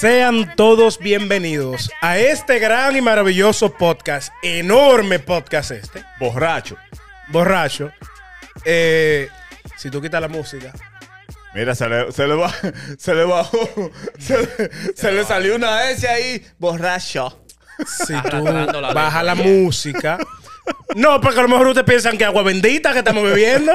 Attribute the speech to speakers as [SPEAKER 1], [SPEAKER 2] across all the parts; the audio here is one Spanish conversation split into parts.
[SPEAKER 1] Sean todos bienvenidos a este gran y maravilloso podcast, enorme podcast este,
[SPEAKER 2] Borracho.
[SPEAKER 1] borracho. Eh, si tú quitas la música,
[SPEAKER 2] Mira, se le, se le va, se le bajó, se le, se le salió una S ahí, borracho.
[SPEAKER 1] si tú
[SPEAKER 3] Arrastrando la
[SPEAKER 1] bajas
[SPEAKER 3] lengua.
[SPEAKER 1] la música, no, porque a lo mejor ustedes piensan que agua bendita que estamos bebiendo.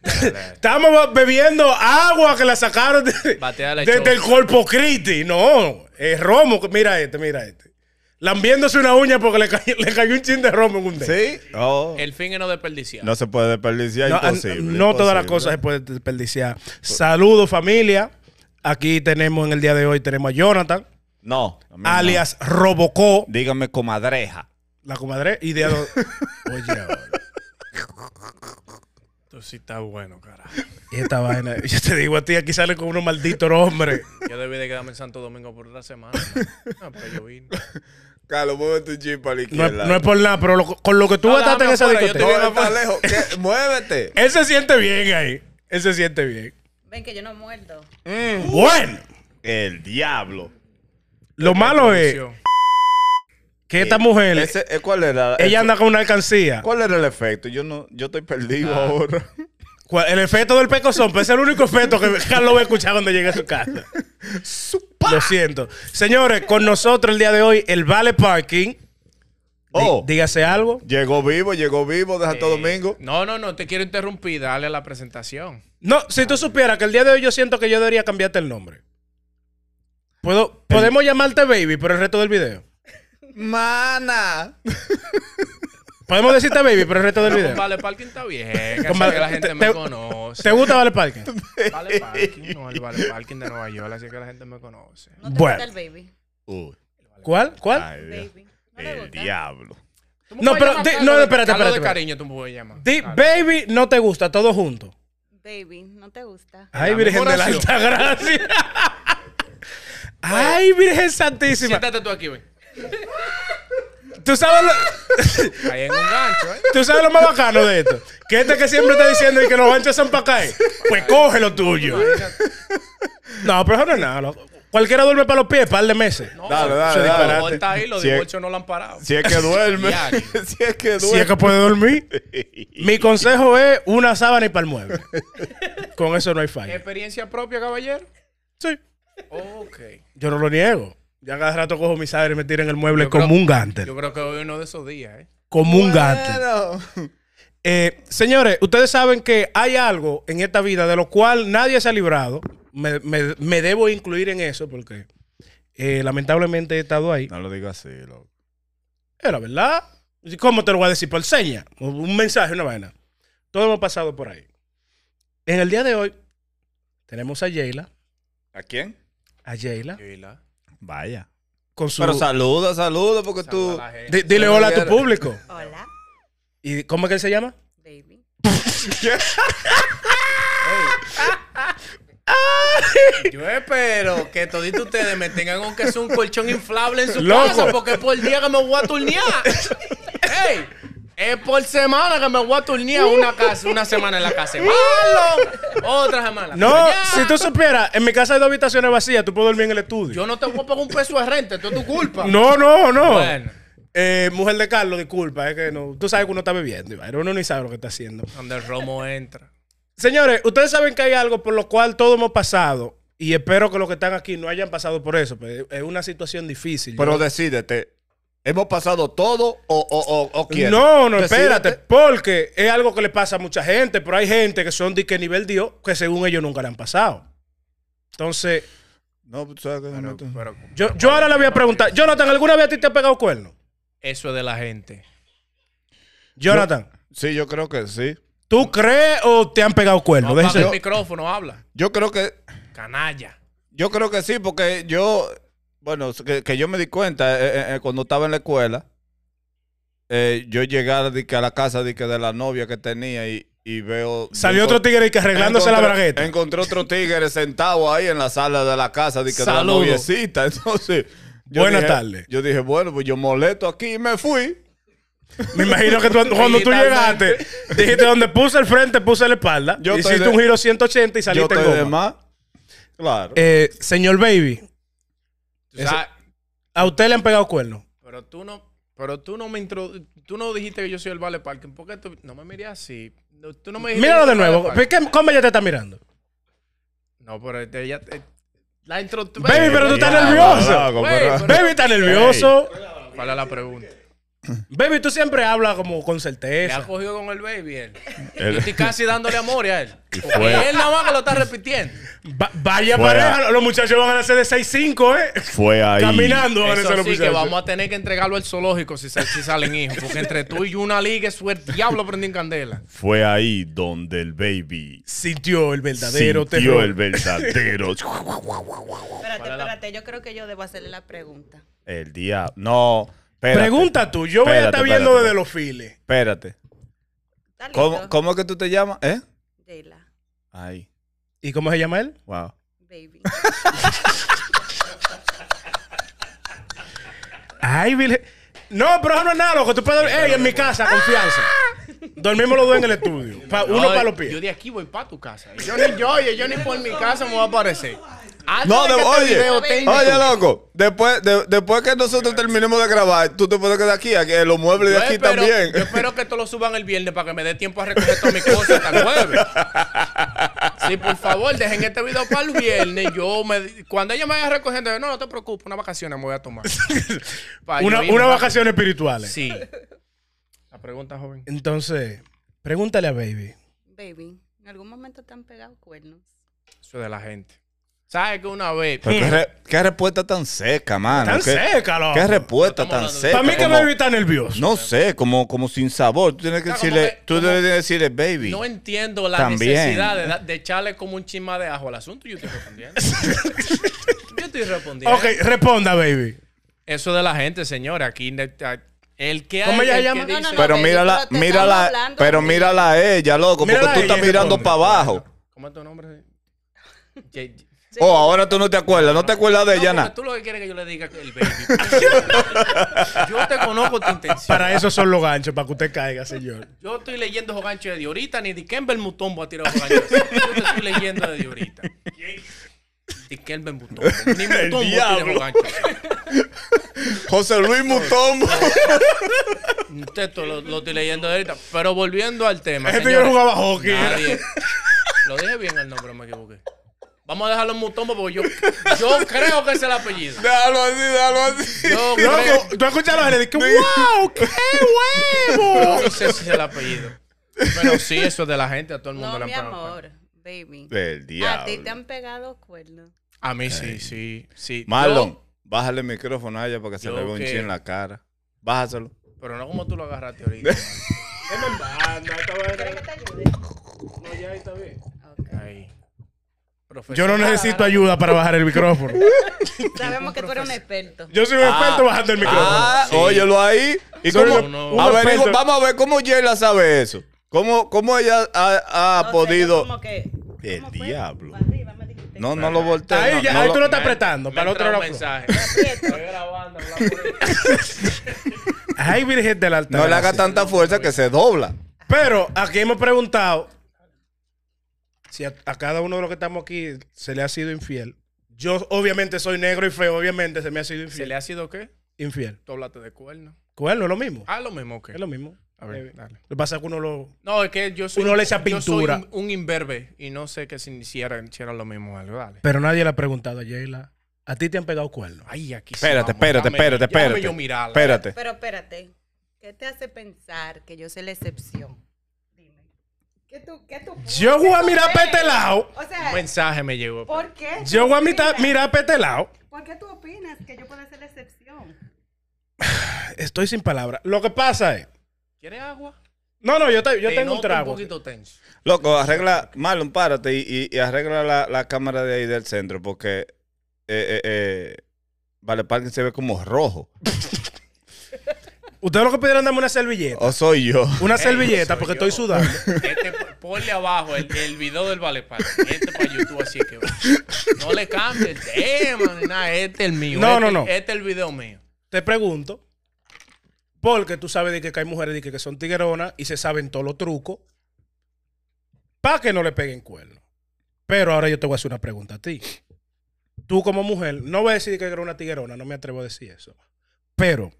[SPEAKER 1] Estamos bebiendo agua que la sacaron de-
[SPEAKER 3] Batea la
[SPEAKER 1] de-
[SPEAKER 3] choza.
[SPEAKER 1] del cuerpo Criti. No, es romo. Mira este, mira este. Lambiéndose una uña porque le cayó, le cayó un chin de romo en un dedo.
[SPEAKER 2] ¿Sí? No.
[SPEAKER 3] El fin es no desperdiciar.
[SPEAKER 2] No se puede desperdiciar,
[SPEAKER 1] No, an-
[SPEAKER 2] imposible.
[SPEAKER 1] no todas las
[SPEAKER 2] imposible.
[SPEAKER 1] cosas se pueden desperdiciar. Saludos, familia. Aquí tenemos en el día de hoy, tenemos a Jonathan,
[SPEAKER 2] No. a mí no.
[SPEAKER 1] alias Robocó,
[SPEAKER 2] Dígame comadreja.
[SPEAKER 1] la comadre, y de Oye, ahora,
[SPEAKER 3] Tú sí estás bueno, carajo.
[SPEAKER 1] y esta vaina, yo te digo a ti, aquí sale con unos malditos hombres.
[SPEAKER 3] Yo debí de quedarme en Santo Domingo por otra semana. hermano. No, pero yo vine.
[SPEAKER 2] Carlos, mueve tu chip a la
[SPEAKER 1] No, es- no es por nada, pero lo- con lo que tú
[SPEAKER 3] No,
[SPEAKER 1] gastaste en
[SPEAKER 3] déjame
[SPEAKER 1] esa
[SPEAKER 3] afuera,
[SPEAKER 1] discoteca,
[SPEAKER 3] yo te- Muévete,
[SPEAKER 2] lejos. Muévete.
[SPEAKER 1] él se siente bien ahí. Él se siente bien.
[SPEAKER 4] Ven que yo no muerdo.
[SPEAKER 3] Mm.
[SPEAKER 1] Bueno,
[SPEAKER 2] El diablo.
[SPEAKER 1] lo malo es que esta mujer,
[SPEAKER 2] Ese, eh, ¿Cuál era?
[SPEAKER 1] ella anda con Ah. una alcancía.
[SPEAKER 2] ¿Cuál era el efecto? Yo no, yo estoy perdido ahora.
[SPEAKER 1] Cual- El efecto del pecozón, pues es el único efecto que Carlos va a escuchar cuando llegue a su casa. Lo siento. Señores, con nosotros el día de hoy, el Vale Parking. Dí-
[SPEAKER 2] Oh.
[SPEAKER 1] Dígase algo.
[SPEAKER 2] Llegó vivo, llegó vivo de Santo
[SPEAKER 3] Eh,
[SPEAKER 2] Domingo.
[SPEAKER 3] No, no, no, te quiero interrumpir. Dale a la presentación.
[SPEAKER 1] No, si tú supieras que el día de hoy yo siento que yo debería cambiarte el nombre. Puedo, podemos llamarte Baby por el resto del video.
[SPEAKER 2] Mana.
[SPEAKER 1] Podemos decirte Baby por el resto del
[SPEAKER 3] Pero
[SPEAKER 1] video.
[SPEAKER 3] con Ah, pues, Vale Parking está bien. Que,
[SPEAKER 1] Con
[SPEAKER 3] así
[SPEAKER 1] Vale-
[SPEAKER 3] que la gente
[SPEAKER 1] te-
[SPEAKER 3] me
[SPEAKER 1] te-
[SPEAKER 3] conoce.
[SPEAKER 1] ¿Te gusta Vale Parking?
[SPEAKER 3] Vale Parking, no, el Vale Parking de Nueva York, así que la gente me conoce.
[SPEAKER 4] No te
[SPEAKER 1] Bueno.
[SPEAKER 4] gusta el baby.
[SPEAKER 2] Uy,
[SPEAKER 1] ¿Cuál? ¿Cuál?
[SPEAKER 2] ay, Dios.
[SPEAKER 4] Baby. No te
[SPEAKER 2] El
[SPEAKER 4] gusta.
[SPEAKER 2] diablo.
[SPEAKER 3] Tú me
[SPEAKER 1] No,
[SPEAKER 3] puedes
[SPEAKER 1] pero
[SPEAKER 3] llamar
[SPEAKER 1] di-
[SPEAKER 3] Carlos
[SPEAKER 1] no,
[SPEAKER 3] de-
[SPEAKER 1] espérate,
[SPEAKER 3] Carlos
[SPEAKER 1] espérate,
[SPEAKER 3] de cariño tú me puedes llamar.
[SPEAKER 1] Di,
[SPEAKER 3] Dale.
[SPEAKER 1] baby no te gusta, todo junto.
[SPEAKER 4] Baby, no te gusta.
[SPEAKER 1] Ay,
[SPEAKER 3] La
[SPEAKER 1] Virgen de la
[SPEAKER 3] oración.
[SPEAKER 1] Alta Gracia. Ay, Virgen Santísima.
[SPEAKER 3] Siéntate tú aquí, ven.
[SPEAKER 1] ¿Tú sabes, lo,
[SPEAKER 3] Ahí en un gancho, ¿eh?
[SPEAKER 1] tú sabes lo más bacano de esto. Que este que siempre está diciendo y que los ganchos son para caer. Pues coge lo tuyo. No, pero eso no es nada. loco. Cualquiera duerme para los pies, par de meses.
[SPEAKER 3] No,
[SPEAKER 2] Dale, dale,
[SPEAKER 3] se
[SPEAKER 2] dale.
[SPEAKER 3] divorció, está ahí, los
[SPEAKER 2] Si es-
[SPEAKER 3] divorcios no lo han parado.
[SPEAKER 2] Si es que duerme.
[SPEAKER 3] Diario.
[SPEAKER 2] si es que
[SPEAKER 1] Si es
[SPEAKER 2] duerme.
[SPEAKER 1] que puede dormir. Mi consejo es una sábana y para el mueble. Con eso no hay falla.
[SPEAKER 3] ¿Experiencia propia, caballero?
[SPEAKER 1] Sí.
[SPEAKER 3] Ok.
[SPEAKER 1] Yo no lo niego. Ya cada rato cojo mi sábana y me tiran el mueble
[SPEAKER 3] Yo
[SPEAKER 1] como
[SPEAKER 3] creo-
[SPEAKER 1] un gante.
[SPEAKER 3] Yo creo que hoy es uno de esos días, ¿eh?
[SPEAKER 1] Como un gante.
[SPEAKER 2] Bueno.
[SPEAKER 1] Eh, señores, ustedes saben que hay algo en esta vida de lo cual nadie se ha librado. Me, me- me debo incluir en eso porque eh, lamentablemente he estado ahí.
[SPEAKER 2] No lo digo así, loco.
[SPEAKER 1] Es la verdad. ¿Cómo te lo voy a decir? Por seña. Un mensaje, una vaina. Todo hemos pasado por ahí. En el día de hoy tenemos a Jayla.
[SPEAKER 2] ¿A quién?
[SPEAKER 1] A Jayla.
[SPEAKER 3] Yila.
[SPEAKER 2] Vaya.
[SPEAKER 1] Con su...
[SPEAKER 2] Pero saluda, saluda, porque
[SPEAKER 3] Saluda
[SPEAKER 2] tú.
[SPEAKER 3] a la gente.
[SPEAKER 1] Di- dile hola a tu público.
[SPEAKER 4] Hola,
[SPEAKER 1] ¿Y cómo es que él se llama?
[SPEAKER 4] baby.
[SPEAKER 3] Yo espero que toditos ustedes me tengan aunque sea un colchón inflable en su
[SPEAKER 1] Loco.
[SPEAKER 3] casa, porque es por día que me voy a turnear. ¡Ey! Es por semana que me voy a turnear una, casa, una semana en la casa. de Marlon, Otra semana.
[SPEAKER 1] No,
[SPEAKER 3] Allá.
[SPEAKER 1] si tú supieras, en mi casa hay dos habitaciones vacías, tú puedes dormir en el estudio.
[SPEAKER 3] Yo no te voy a pagar un peso de renta, esto es tu culpa.
[SPEAKER 1] No, no, no.
[SPEAKER 3] Bueno.
[SPEAKER 1] Eh, mujer de Carlos, disculpa, es que no, tú sabes que uno está bebiendo, Ibai, uno ni sabe lo que está haciendo.
[SPEAKER 3] Donde el romo entra.
[SPEAKER 1] Señores, ustedes saben que hay algo por lo cual todos hemos pasado y espero que los que están aquí no hayan pasado por eso, pues, es una situación difícil.
[SPEAKER 2] Pero
[SPEAKER 1] Yo-
[SPEAKER 2] decídete. ¿Hemos pasado todo o, o, o, o quieres?
[SPEAKER 1] no, no,
[SPEAKER 2] Decídete.
[SPEAKER 1] espérate, porque es algo que le pasa a mucha gente, pero hay gente que son de que nivel Dios que según ellos nunca le han pasado. Entonces,
[SPEAKER 2] No, tú sabes que no
[SPEAKER 3] Pero,
[SPEAKER 2] te-
[SPEAKER 3] pero
[SPEAKER 1] yo, yo ahora le voy a preguntar, Jonathan, ¿alguna vez a ti te ha pegado cuerno?
[SPEAKER 3] eso es de la gente.
[SPEAKER 1] Jonathan,
[SPEAKER 2] Sí, yo creo que sí.
[SPEAKER 1] ¿tú crees o te han pegado cuerno?
[SPEAKER 3] No, apaga
[SPEAKER 1] Déjense-
[SPEAKER 3] el micrófono, habla.
[SPEAKER 2] Yo creo que.
[SPEAKER 3] Canalla.
[SPEAKER 2] Yo creo que sí, porque yo. Bueno, que, que yo me di cuenta eh, eh, eh, cuando estaba en la escuela. eh, yo llegaba di que, a la casa di que, de la novia que tenía y, y veo.
[SPEAKER 1] Salió otro tigre y que arreglándose la
[SPEAKER 2] Encontré-
[SPEAKER 1] bragueta.
[SPEAKER 2] Encontré otro tigre sentado ahí en la sala de la casa de, que de la
[SPEAKER 3] Saludo.
[SPEAKER 2] noviecita. Entonces, yo
[SPEAKER 1] Buenas
[SPEAKER 2] dije-
[SPEAKER 1] tardes.
[SPEAKER 2] Yo dije, bueno, pues yo molesto aquí y me fui.
[SPEAKER 1] Me imagino que tú- cuando tú
[SPEAKER 3] Digitalmente.
[SPEAKER 1] llegaste, dijiste donde puse el frente, puse la espalda.
[SPEAKER 2] Yo estoy
[SPEAKER 1] hiciste
[SPEAKER 2] de-
[SPEAKER 1] un giro 180 y
[SPEAKER 2] yo
[SPEAKER 1] saliste en
[SPEAKER 2] estoy de
[SPEAKER 1] goma.
[SPEAKER 2] más. Claro.
[SPEAKER 1] Eh, señor Baby,
[SPEAKER 3] O sea,
[SPEAKER 1] ¿A usted le han pegado cuernos?
[SPEAKER 3] pero tú no... Pero tú no me introdu- tú no dijiste que yo soy el Vale Parking. ¿Por qué tú no me miré así? No, Tú no me dijiste
[SPEAKER 1] Míralo
[SPEAKER 3] que
[SPEAKER 1] de
[SPEAKER 3] yo soy el
[SPEAKER 1] nuevo.
[SPEAKER 3] Vale
[SPEAKER 1] ¿Por
[SPEAKER 3] Parking.
[SPEAKER 1] qué- ¿Cómo ella te está mirando?
[SPEAKER 3] No, pero este, ya te- la intro...
[SPEAKER 1] Baby, pero tú estás nervioso. Baby está nervioso.
[SPEAKER 3] ¿Cuál es la pregunta?
[SPEAKER 1] Baby, tú siempre hablas como con
[SPEAKER 3] Le ha
[SPEAKER 1] certeza.
[SPEAKER 3] cogido con el baby él.
[SPEAKER 2] Él-
[SPEAKER 3] Yo estoy casi dándole amor a él.
[SPEAKER 2] Y
[SPEAKER 3] Porque
[SPEAKER 2] fue.
[SPEAKER 3] él nada más que lo está repitiendo.
[SPEAKER 1] Va- vaya
[SPEAKER 2] Fuera.
[SPEAKER 1] pareja, los muchachos van a hacer de 6'5, ¿eh?
[SPEAKER 2] Fue ahí.
[SPEAKER 1] Caminando van a
[SPEAKER 3] Eso
[SPEAKER 1] hacer los
[SPEAKER 3] sí que
[SPEAKER 1] muchachos.
[SPEAKER 3] vamos a tener que entregarlo al zoológico si, sa- si salen hijos. Porque entre tú y una liga es el diablo prendí en candela.
[SPEAKER 2] Fue ahí donde el baby
[SPEAKER 1] Sintió el verdadero
[SPEAKER 2] sintió
[SPEAKER 1] terror.
[SPEAKER 2] el verdadero.
[SPEAKER 4] Espérate, espérate, yo creo que yo debo hacerle la pregunta.
[SPEAKER 2] el diablo. No. espérate.
[SPEAKER 1] Pregunta tú, yo voy a estar
[SPEAKER 2] Espérate,
[SPEAKER 1] viendo
[SPEAKER 2] espérate.
[SPEAKER 1] desde los files.
[SPEAKER 2] Espérate.
[SPEAKER 4] ¿Está listo?
[SPEAKER 2] ¿Cómo, ¿Cómo es que tú te llamas? ¿Eh?
[SPEAKER 4] Dela,
[SPEAKER 2] Ahí.
[SPEAKER 1] ¿Y cómo se llama él?
[SPEAKER 2] Wow.
[SPEAKER 4] baby.
[SPEAKER 1] Ay, Virgen. No, pero eso no es nada, loco. Tú puedes dormir. Ey, en mi casa, confianza. Dormimos los dos en el estudio. Pa- uno
[SPEAKER 3] No,
[SPEAKER 1] para los
[SPEAKER 3] Yo
[SPEAKER 1] pies.
[SPEAKER 3] de aquí voy para tu casa. Yo ni yo, oye, yo ni por mi casa me voy a aparecer. Antes
[SPEAKER 2] No,
[SPEAKER 3] de
[SPEAKER 2] de-
[SPEAKER 3] que este
[SPEAKER 2] oye,
[SPEAKER 3] video tenga-
[SPEAKER 2] oye, loco, después, de- después que nosotros terminemos de grabar, tú te puedes quedar aquí, aquí, los muebles de
[SPEAKER 3] Yo
[SPEAKER 2] aquí
[SPEAKER 3] espero,
[SPEAKER 2] también.
[SPEAKER 3] yo espero que esto lo suban el viernes para que me dé tiempo a recoger todas mis cosas hasta el jueves. Sí, por favor, dejen este video para el viernes. Yo me, cuando ella me vaya recogiendo, yo, no, no te preocupes, una vacación me voy a tomar. Pa' yo
[SPEAKER 1] Una,
[SPEAKER 3] irme
[SPEAKER 1] una
[SPEAKER 3] rápido.
[SPEAKER 1] vacación espiritual.
[SPEAKER 3] Sí. La pregunta, joven.
[SPEAKER 1] Entonces, pregúntale a Baby.
[SPEAKER 4] Baby, ¿en algún momento te han pegado cuernos?
[SPEAKER 3] Eso de la gente. ¿Sabes que una vez?
[SPEAKER 2] Pero qué, re- qué respuesta tan seca, mano.
[SPEAKER 1] Tan
[SPEAKER 2] qué,
[SPEAKER 1] seca, loco.
[SPEAKER 2] Qué respuesta
[SPEAKER 3] Estamos
[SPEAKER 2] tan
[SPEAKER 3] hablando de-
[SPEAKER 2] seca.
[SPEAKER 1] Para mí que
[SPEAKER 2] como-
[SPEAKER 1] Baby está nervioso.
[SPEAKER 2] No sé, como, como sin sabor. Tú tienes que
[SPEAKER 3] O sea, como
[SPEAKER 2] decirle,
[SPEAKER 3] que-
[SPEAKER 2] tú
[SPEAKER 3] como-
[SPEAKER 2] debes de decirle, baby.
[SPEAKER 3] No entiendo la
[SPEAKER 2] También.
[SPEAKER 3] necesidad de, da- de echarle como un chisma de ajo al asunto. Yo estoy respondiendo. yo estoy respondiendo.
[SPEAKER 1] Ok, responda, Baby.
[SPEAKER 3] Eso de la gente, señora. Aquí ne- a- el que
[SPEAKER 1] ¿Cómo ella se
[SPEAKER 3] el que
[SPEAKER 1] llama?
[SPEAKER 3] dice-
[SPEAKER 4] No, no, no.
[SPEAKER 2] pero
[SPEAKER 4] baby,
[SPEAKER 2] mírala,
[SPEAKER 4] pero te estamos
[SPEAKER 2] mírala,
[SPEAKER 4] hablando,
[SPEAKER 2] pero
[SPEAKER 4] baby.
[SPEAKER 2] mírala a ella, loco, porque
[SPEAKER 1] Mírala
[SPEAKER 2] tú
[SPEAKER 1] a
[SPEAKER 2] estás
[SPEAKER 1] ella,
[SPEAKER 2] mirando
[SPEAKER 1] responde.
[SPEAKER 2] para abajo.
[SPEAKER 3] ¿Cómo es tu nombre? Ye- ye-
[SPEAKER 2] Oh, ahora tú no te acuerdas, no te acuerdas de
[SPEAKER 3] No,
[SPEAKER 2] ella
[SPEAKER 3] porque
[SPEAKER 2] nada.
[SPEAKER 3] Tú lo que quieres que yo le diga que el baby. yo te conozco tu intención.
[SPEAKER 1] Para eso son los ganchos, para que usted caiga, señor.
[SPEAKER 3] Yo estoy leyendo esos ganchos de Diorita, ni Dikembe Mutombo ha tirado esos ganchos. Yo te estoy leyendo de Diorita. Dikembe Mutombo. Ni Mutombo tira
[SPEAKER 2] diablo.
[SPEAKER 3] esos ganchos.
[SPEAKER 2] José Luis Mutombo.
[SPEAKER 3] Esto lo, lo estoy leyendo de ahorita. Pero volviendo al tema.
[SPEAKER 1] Este yo
[SPEAKER 3] señores,
[SPEAKER 1] jugaba hockey.
[SPEAKER 3] nadie- Lo dije bien el nombre, me equivoqué. Vamos a dejarlo en Mutombo porque yo, yo creo que ese es el apellido.
[SPEAKER 2] déjalo así, déjalo así.
[SPEAKER 3] Yo creo.
[SPEAKER 1] Loco, tú escuchas a la gente que ¡Wow! ¡Qué huevo!
[SPEAKER 3] No sé si es el apellido. Pero sí, eso es de la gente, a todo el mundo
[SPEAKER 4] No,
[SPEAKER 3] le han
[SPEAKER 4] mi
[SPEAKER 3] pegado. pues.
[SPEAKER 4] amor, baby.
[SPEAKER 2] El
[SPEAKER 4] ¿A ti te
[SPEAKER 2] diablo.
[SPEAKER 4] han pegado cuernos?
[SPEAKER 3] A mí sí, sí, sí.
[SPEAKER 2] Marlon, bájale el micrófono a ella para que se
[SPEAKER 3] Yo
[SPEAKER 2] le vea un
[SPEAKER 3] que-
[SPEAKER 2] chin en la cara. Bájaselo.
[SPEAKER 3] Yo- pero no como tú lo agarraste ahorita.
[SPEAKER 4] ¿Quieres que te ayude? Ok.
[SPEAKER 3] Ahí. Profesor.
[SPEAKER 1] Yo no necesito ayuda para bajar el micrófono.
[SPEAKER 4] Sabemos que tú eres un experto.
[SPEAKER 1] Yo soy
[SPEAKER 3] Ah.
[SPEAKER 1] un experto bajando el micrófono.
[SPEAKER 2] Ah,
[SPEAKER 3] Sí.
[SPEAKER 2] óyelo ahí. ¿Y
[SPEAKER 1] Soy
[SPEAKER 2] cómo-
[SPEAKER 1] un-
[SPEAKER 3] No,
[SPEAKER 1] un
[SPEAKER 2] a ver,
[SPEAKER 1] experto.
[SPEAKER 2] hijo, vamos a ver cómo Yela sabe eso. ¿Cómo, cómo ella ha, ha
[SPEAKER 4] O sea,
[SPEAKER 2] podido?
[SPEAKER 4] yo como que-
[SPEAKER 2] El
[SPEAKER 4] ¿cómo fue?
[SPEAKER 2] diablo.
[SPEAKER 4] Pa' arriba me dijiste.
[SPEAKER 2] No, no lo voltees.
[SPEAKER 1] Ahí
[SPEAKER 2] no,
[SPEAKER 1] ya-
[SPEAKER 2] no
[SPEAKER 1] ahí
[SPEAKER 2] lo-
[SPEAKER 1] tú lo estás
[SPEAKER 3] Me-
[SPEAKER 1] apretando,
[SPEAKER 3] me
[SPEAKER 1] para el
[SPEAKER 3] entra
[SPEAKER 1] otro
[SPEAKER 3] un
[SPEAKER 1] lado.
[SPEAKER 3] mensaje. Estoy grabando, habla por ahí.
[SPEAKER 1] Ay, Virgen del altar.
[SPEAKER 2] no le haga tanta fuerza que se dobla.
[SPEAKER 1] Pero aquí hemos preguntado si a, a cada uno de los que estamos aquí se le ha sido infiel. Yo obviamente soy negro y feo, obviamente se me ha sido
[SPEAKER 3] ¿Se
[SPEAKER 1] infiel.
[SPEAKER 3] le ha sido qué?
[SPEAKER 1] Infiel.
[SPEAKER 3] Tú hablaste de cuerno.
[SPEAKER 1] Cuerno es lo mismo.
[SPEAKER 3] Ah, lo mismo que.
[SPEAKER 1] Es lo mismo.
[SPEAKER 3] A ver,
[SPEAKER 1] Eh,
[SPEAKER 3] dale.
[SPEAKER 1] Lo que pasa es que uno lo...
[SPEAKER 3] No, es que yo soy,
[SPEAKER 1] Uno le echa
[SPEAKER 3] yo soy
[SPEAKER 1] pintura.
[SPEAKER 3] un, un imberbe y no sé que si hicieran hicieran lo mismo algo. Dale.
[SPEAKER 1] Pero nadie le ha preguntado a Jayla. ¿A ti te han pegado cuernos?
[SPEAKER 3] Ay, aquí sí
[SPEAKER 2] Espérate,
[SPEAKER 3] vamos.
[SPEAKER 2] espérate,
[SPEAKER 3] Déjame-
[SPEAKER 2] espérate,
[SPEAKER 3] déjame
[SPEAKER 2] espérate.
[SPEAKER 3] yo mirarla.
[SPEAKER 2] Espérate.
[SPEAKER 4] Pero espérate, ¿qué te hace pensar que yo soy la excepción? Dime. ¿Qué tú, qué tú
[SPEAKER 1] Yo voy a
[SPEAKER 4] qué tú
[SPEAKER 1] mirar
[SPEAKER 4] ves?
[SPEAKER 1] para este lado.
[SPEAKER 4] O
[SPEAKER 3] Un
[SPEAKER 4] sea,
[SPEAKER 3] mensaje me llegó.
[SPEAKER 4] ¿por qué?
[SPEAKER 1] Yo
[SPEAKER 4] tú
[SPEAKER 1] voy a
[SPEAKER 4] opinas?
[SPEAKER 1] mirar, mirar para este lado.
[SPEAKER 4] ¿Por qué tú opinas que yo puedo ser la excepción?
[SPEAKER 1] Estoy sin palabras. Lo que pasa es...
[SPEAKER 3] ¿Quieres agua?
[SPEAKER 1] No, no, yo, te- yo
[SPEAKER 3] Te
[SPEAKER 1] tengo un
[SPEAKER 3] noto
[SPEAKER 1] trago.
[SPEAKER 3] Un poquito tenso.
[SPEAKER 2] Loco, arregla, Marlon, párate y, y- y arregla la, la cámara de ahí del centro porque eh, eh, eh, Vale Parking se ve como rojo.
[SPEAKER 1] Ustedes lo que pidieron dame una servilleta.
[SPEAKER 2] ¿O soy yo?
[SPEAKER 1] Una
[SPEAKER 3] Ey,
[SPEAKER 1] servilleta
[SPEAKER 3] soy
[SPEAKER 1] porque
[SPEAKER 3] yo.
[SPEAKER 1] estoy sudando.
[SPEAKER 3] Este, ponle abajo el, el video del Vale Parking. Este para YouTube, así que no le cambie el tema ni nada. Este es el mío.
[SPEAKER 1] No,
[SPEAKER 3] este,
[SPEAKER 1] no, no.
[SPEAKER 3] Este es el video mío.
[SPEAKER 1] Te pregunto, porque tú sabes de que, que hay mujeres de que, que son tigueronas y se saben todos los trucos para que no le peguen cuernos. Pero ahora yo te voy a hacer una pregunta a ti. tú como mujer, no voy a decir que era una tiguerona, no me atrevo a decir eso. Pero,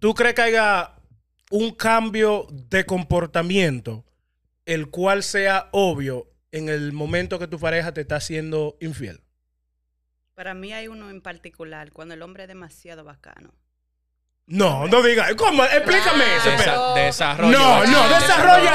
[SPEAKER 1] ¿tú crees que haya un cambio de comportamiento el cual sea obvio en el momento que tu pareja te está haciendo infiel?
[SPEAKER 4] Para mí hay uno en particular, cuando el hombre es demasiado bacano.
[SPEAKER 1] No, no digas. ¿Cómo? Explícame eso.
[SPEAKER 4] Claro.
[SPEAKER 1] espera.
[SPEAKER 3] Desa- desarrolla.
[SPEAKER 1] No, no,
[SPEAKER 4] Desarrolla.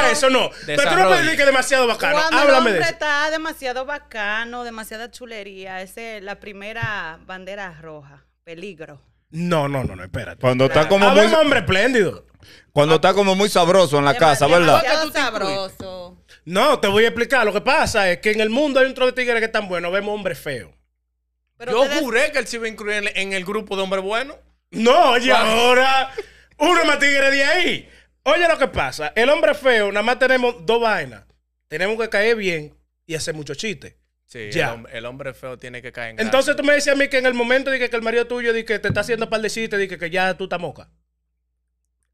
[SPEAKER 1] desarrolla eso, no. Pero tú no puedes
[SPEAKER 3] Desarrolla.
[SPEAKER 1] decir que es demasiado bacano.
[SPEAKER 4] Cuando
[SPEAKER 1] Háblame
[SPEAKER 4] el
[SPEAKER 1] de
[SPEAKER 4] hombre
[SPEAKER 1] eso.
[SPEAKER 4] está demasiado bacano, demasiada chulería, esa es la primera bandera roja, peligro.
[SPEAKER 1] No, no, no, no, espérate.
[SPEAKER 2] Cuando está Pues, como
[SPEAKER 1] Habla
[SPEAKER 2] muy,
[SPEAKER 1] un hombre espléndido.
[SPEAKER 2] cuando está como muy sabroso en la casa,
[SPEAKER 4] Dema-
[SPEAKER 2] ¿verdad?
[SPEAKER 4] Demasiado
[SPEAKER 3] ¿Dónde tú te
[SPEAKER 4] sabroso.
[SPEAKER 1] No, te voy a explicar. Lo que pasa es que en el mundo hay un tro de tigres que están buenos. Vemos hombres feos.
[SPEAKER 4] Pero
[SPEAKER 3] Yo
[SPEAKER 4] ustedes-
[SPEAKER 3] juré que él se iba a incluir en el- en el grupo de hombres buenos.
[SPEAKER 1] No, oye,
[SPEAKER 3] Vale.
[SPEAKER 1] ahora uno más tigre de ahí. Oye, lo que pasa. El hombre feo, nada más tenemos dos vainas. Tenemos que caer bien y hacer mucho chiste.
[SPEAKER 3] Sí,
[SPEAKER 1] Ya.
[SPEAKER 3] el, hom- el hombre feo tiene que caer en gracia.
[SPEAKER 1] Entonces tú me decías a mí que en el momento de que el marido tuyo de que te está haciendo par de chistes, de que, que ya tú estás moca.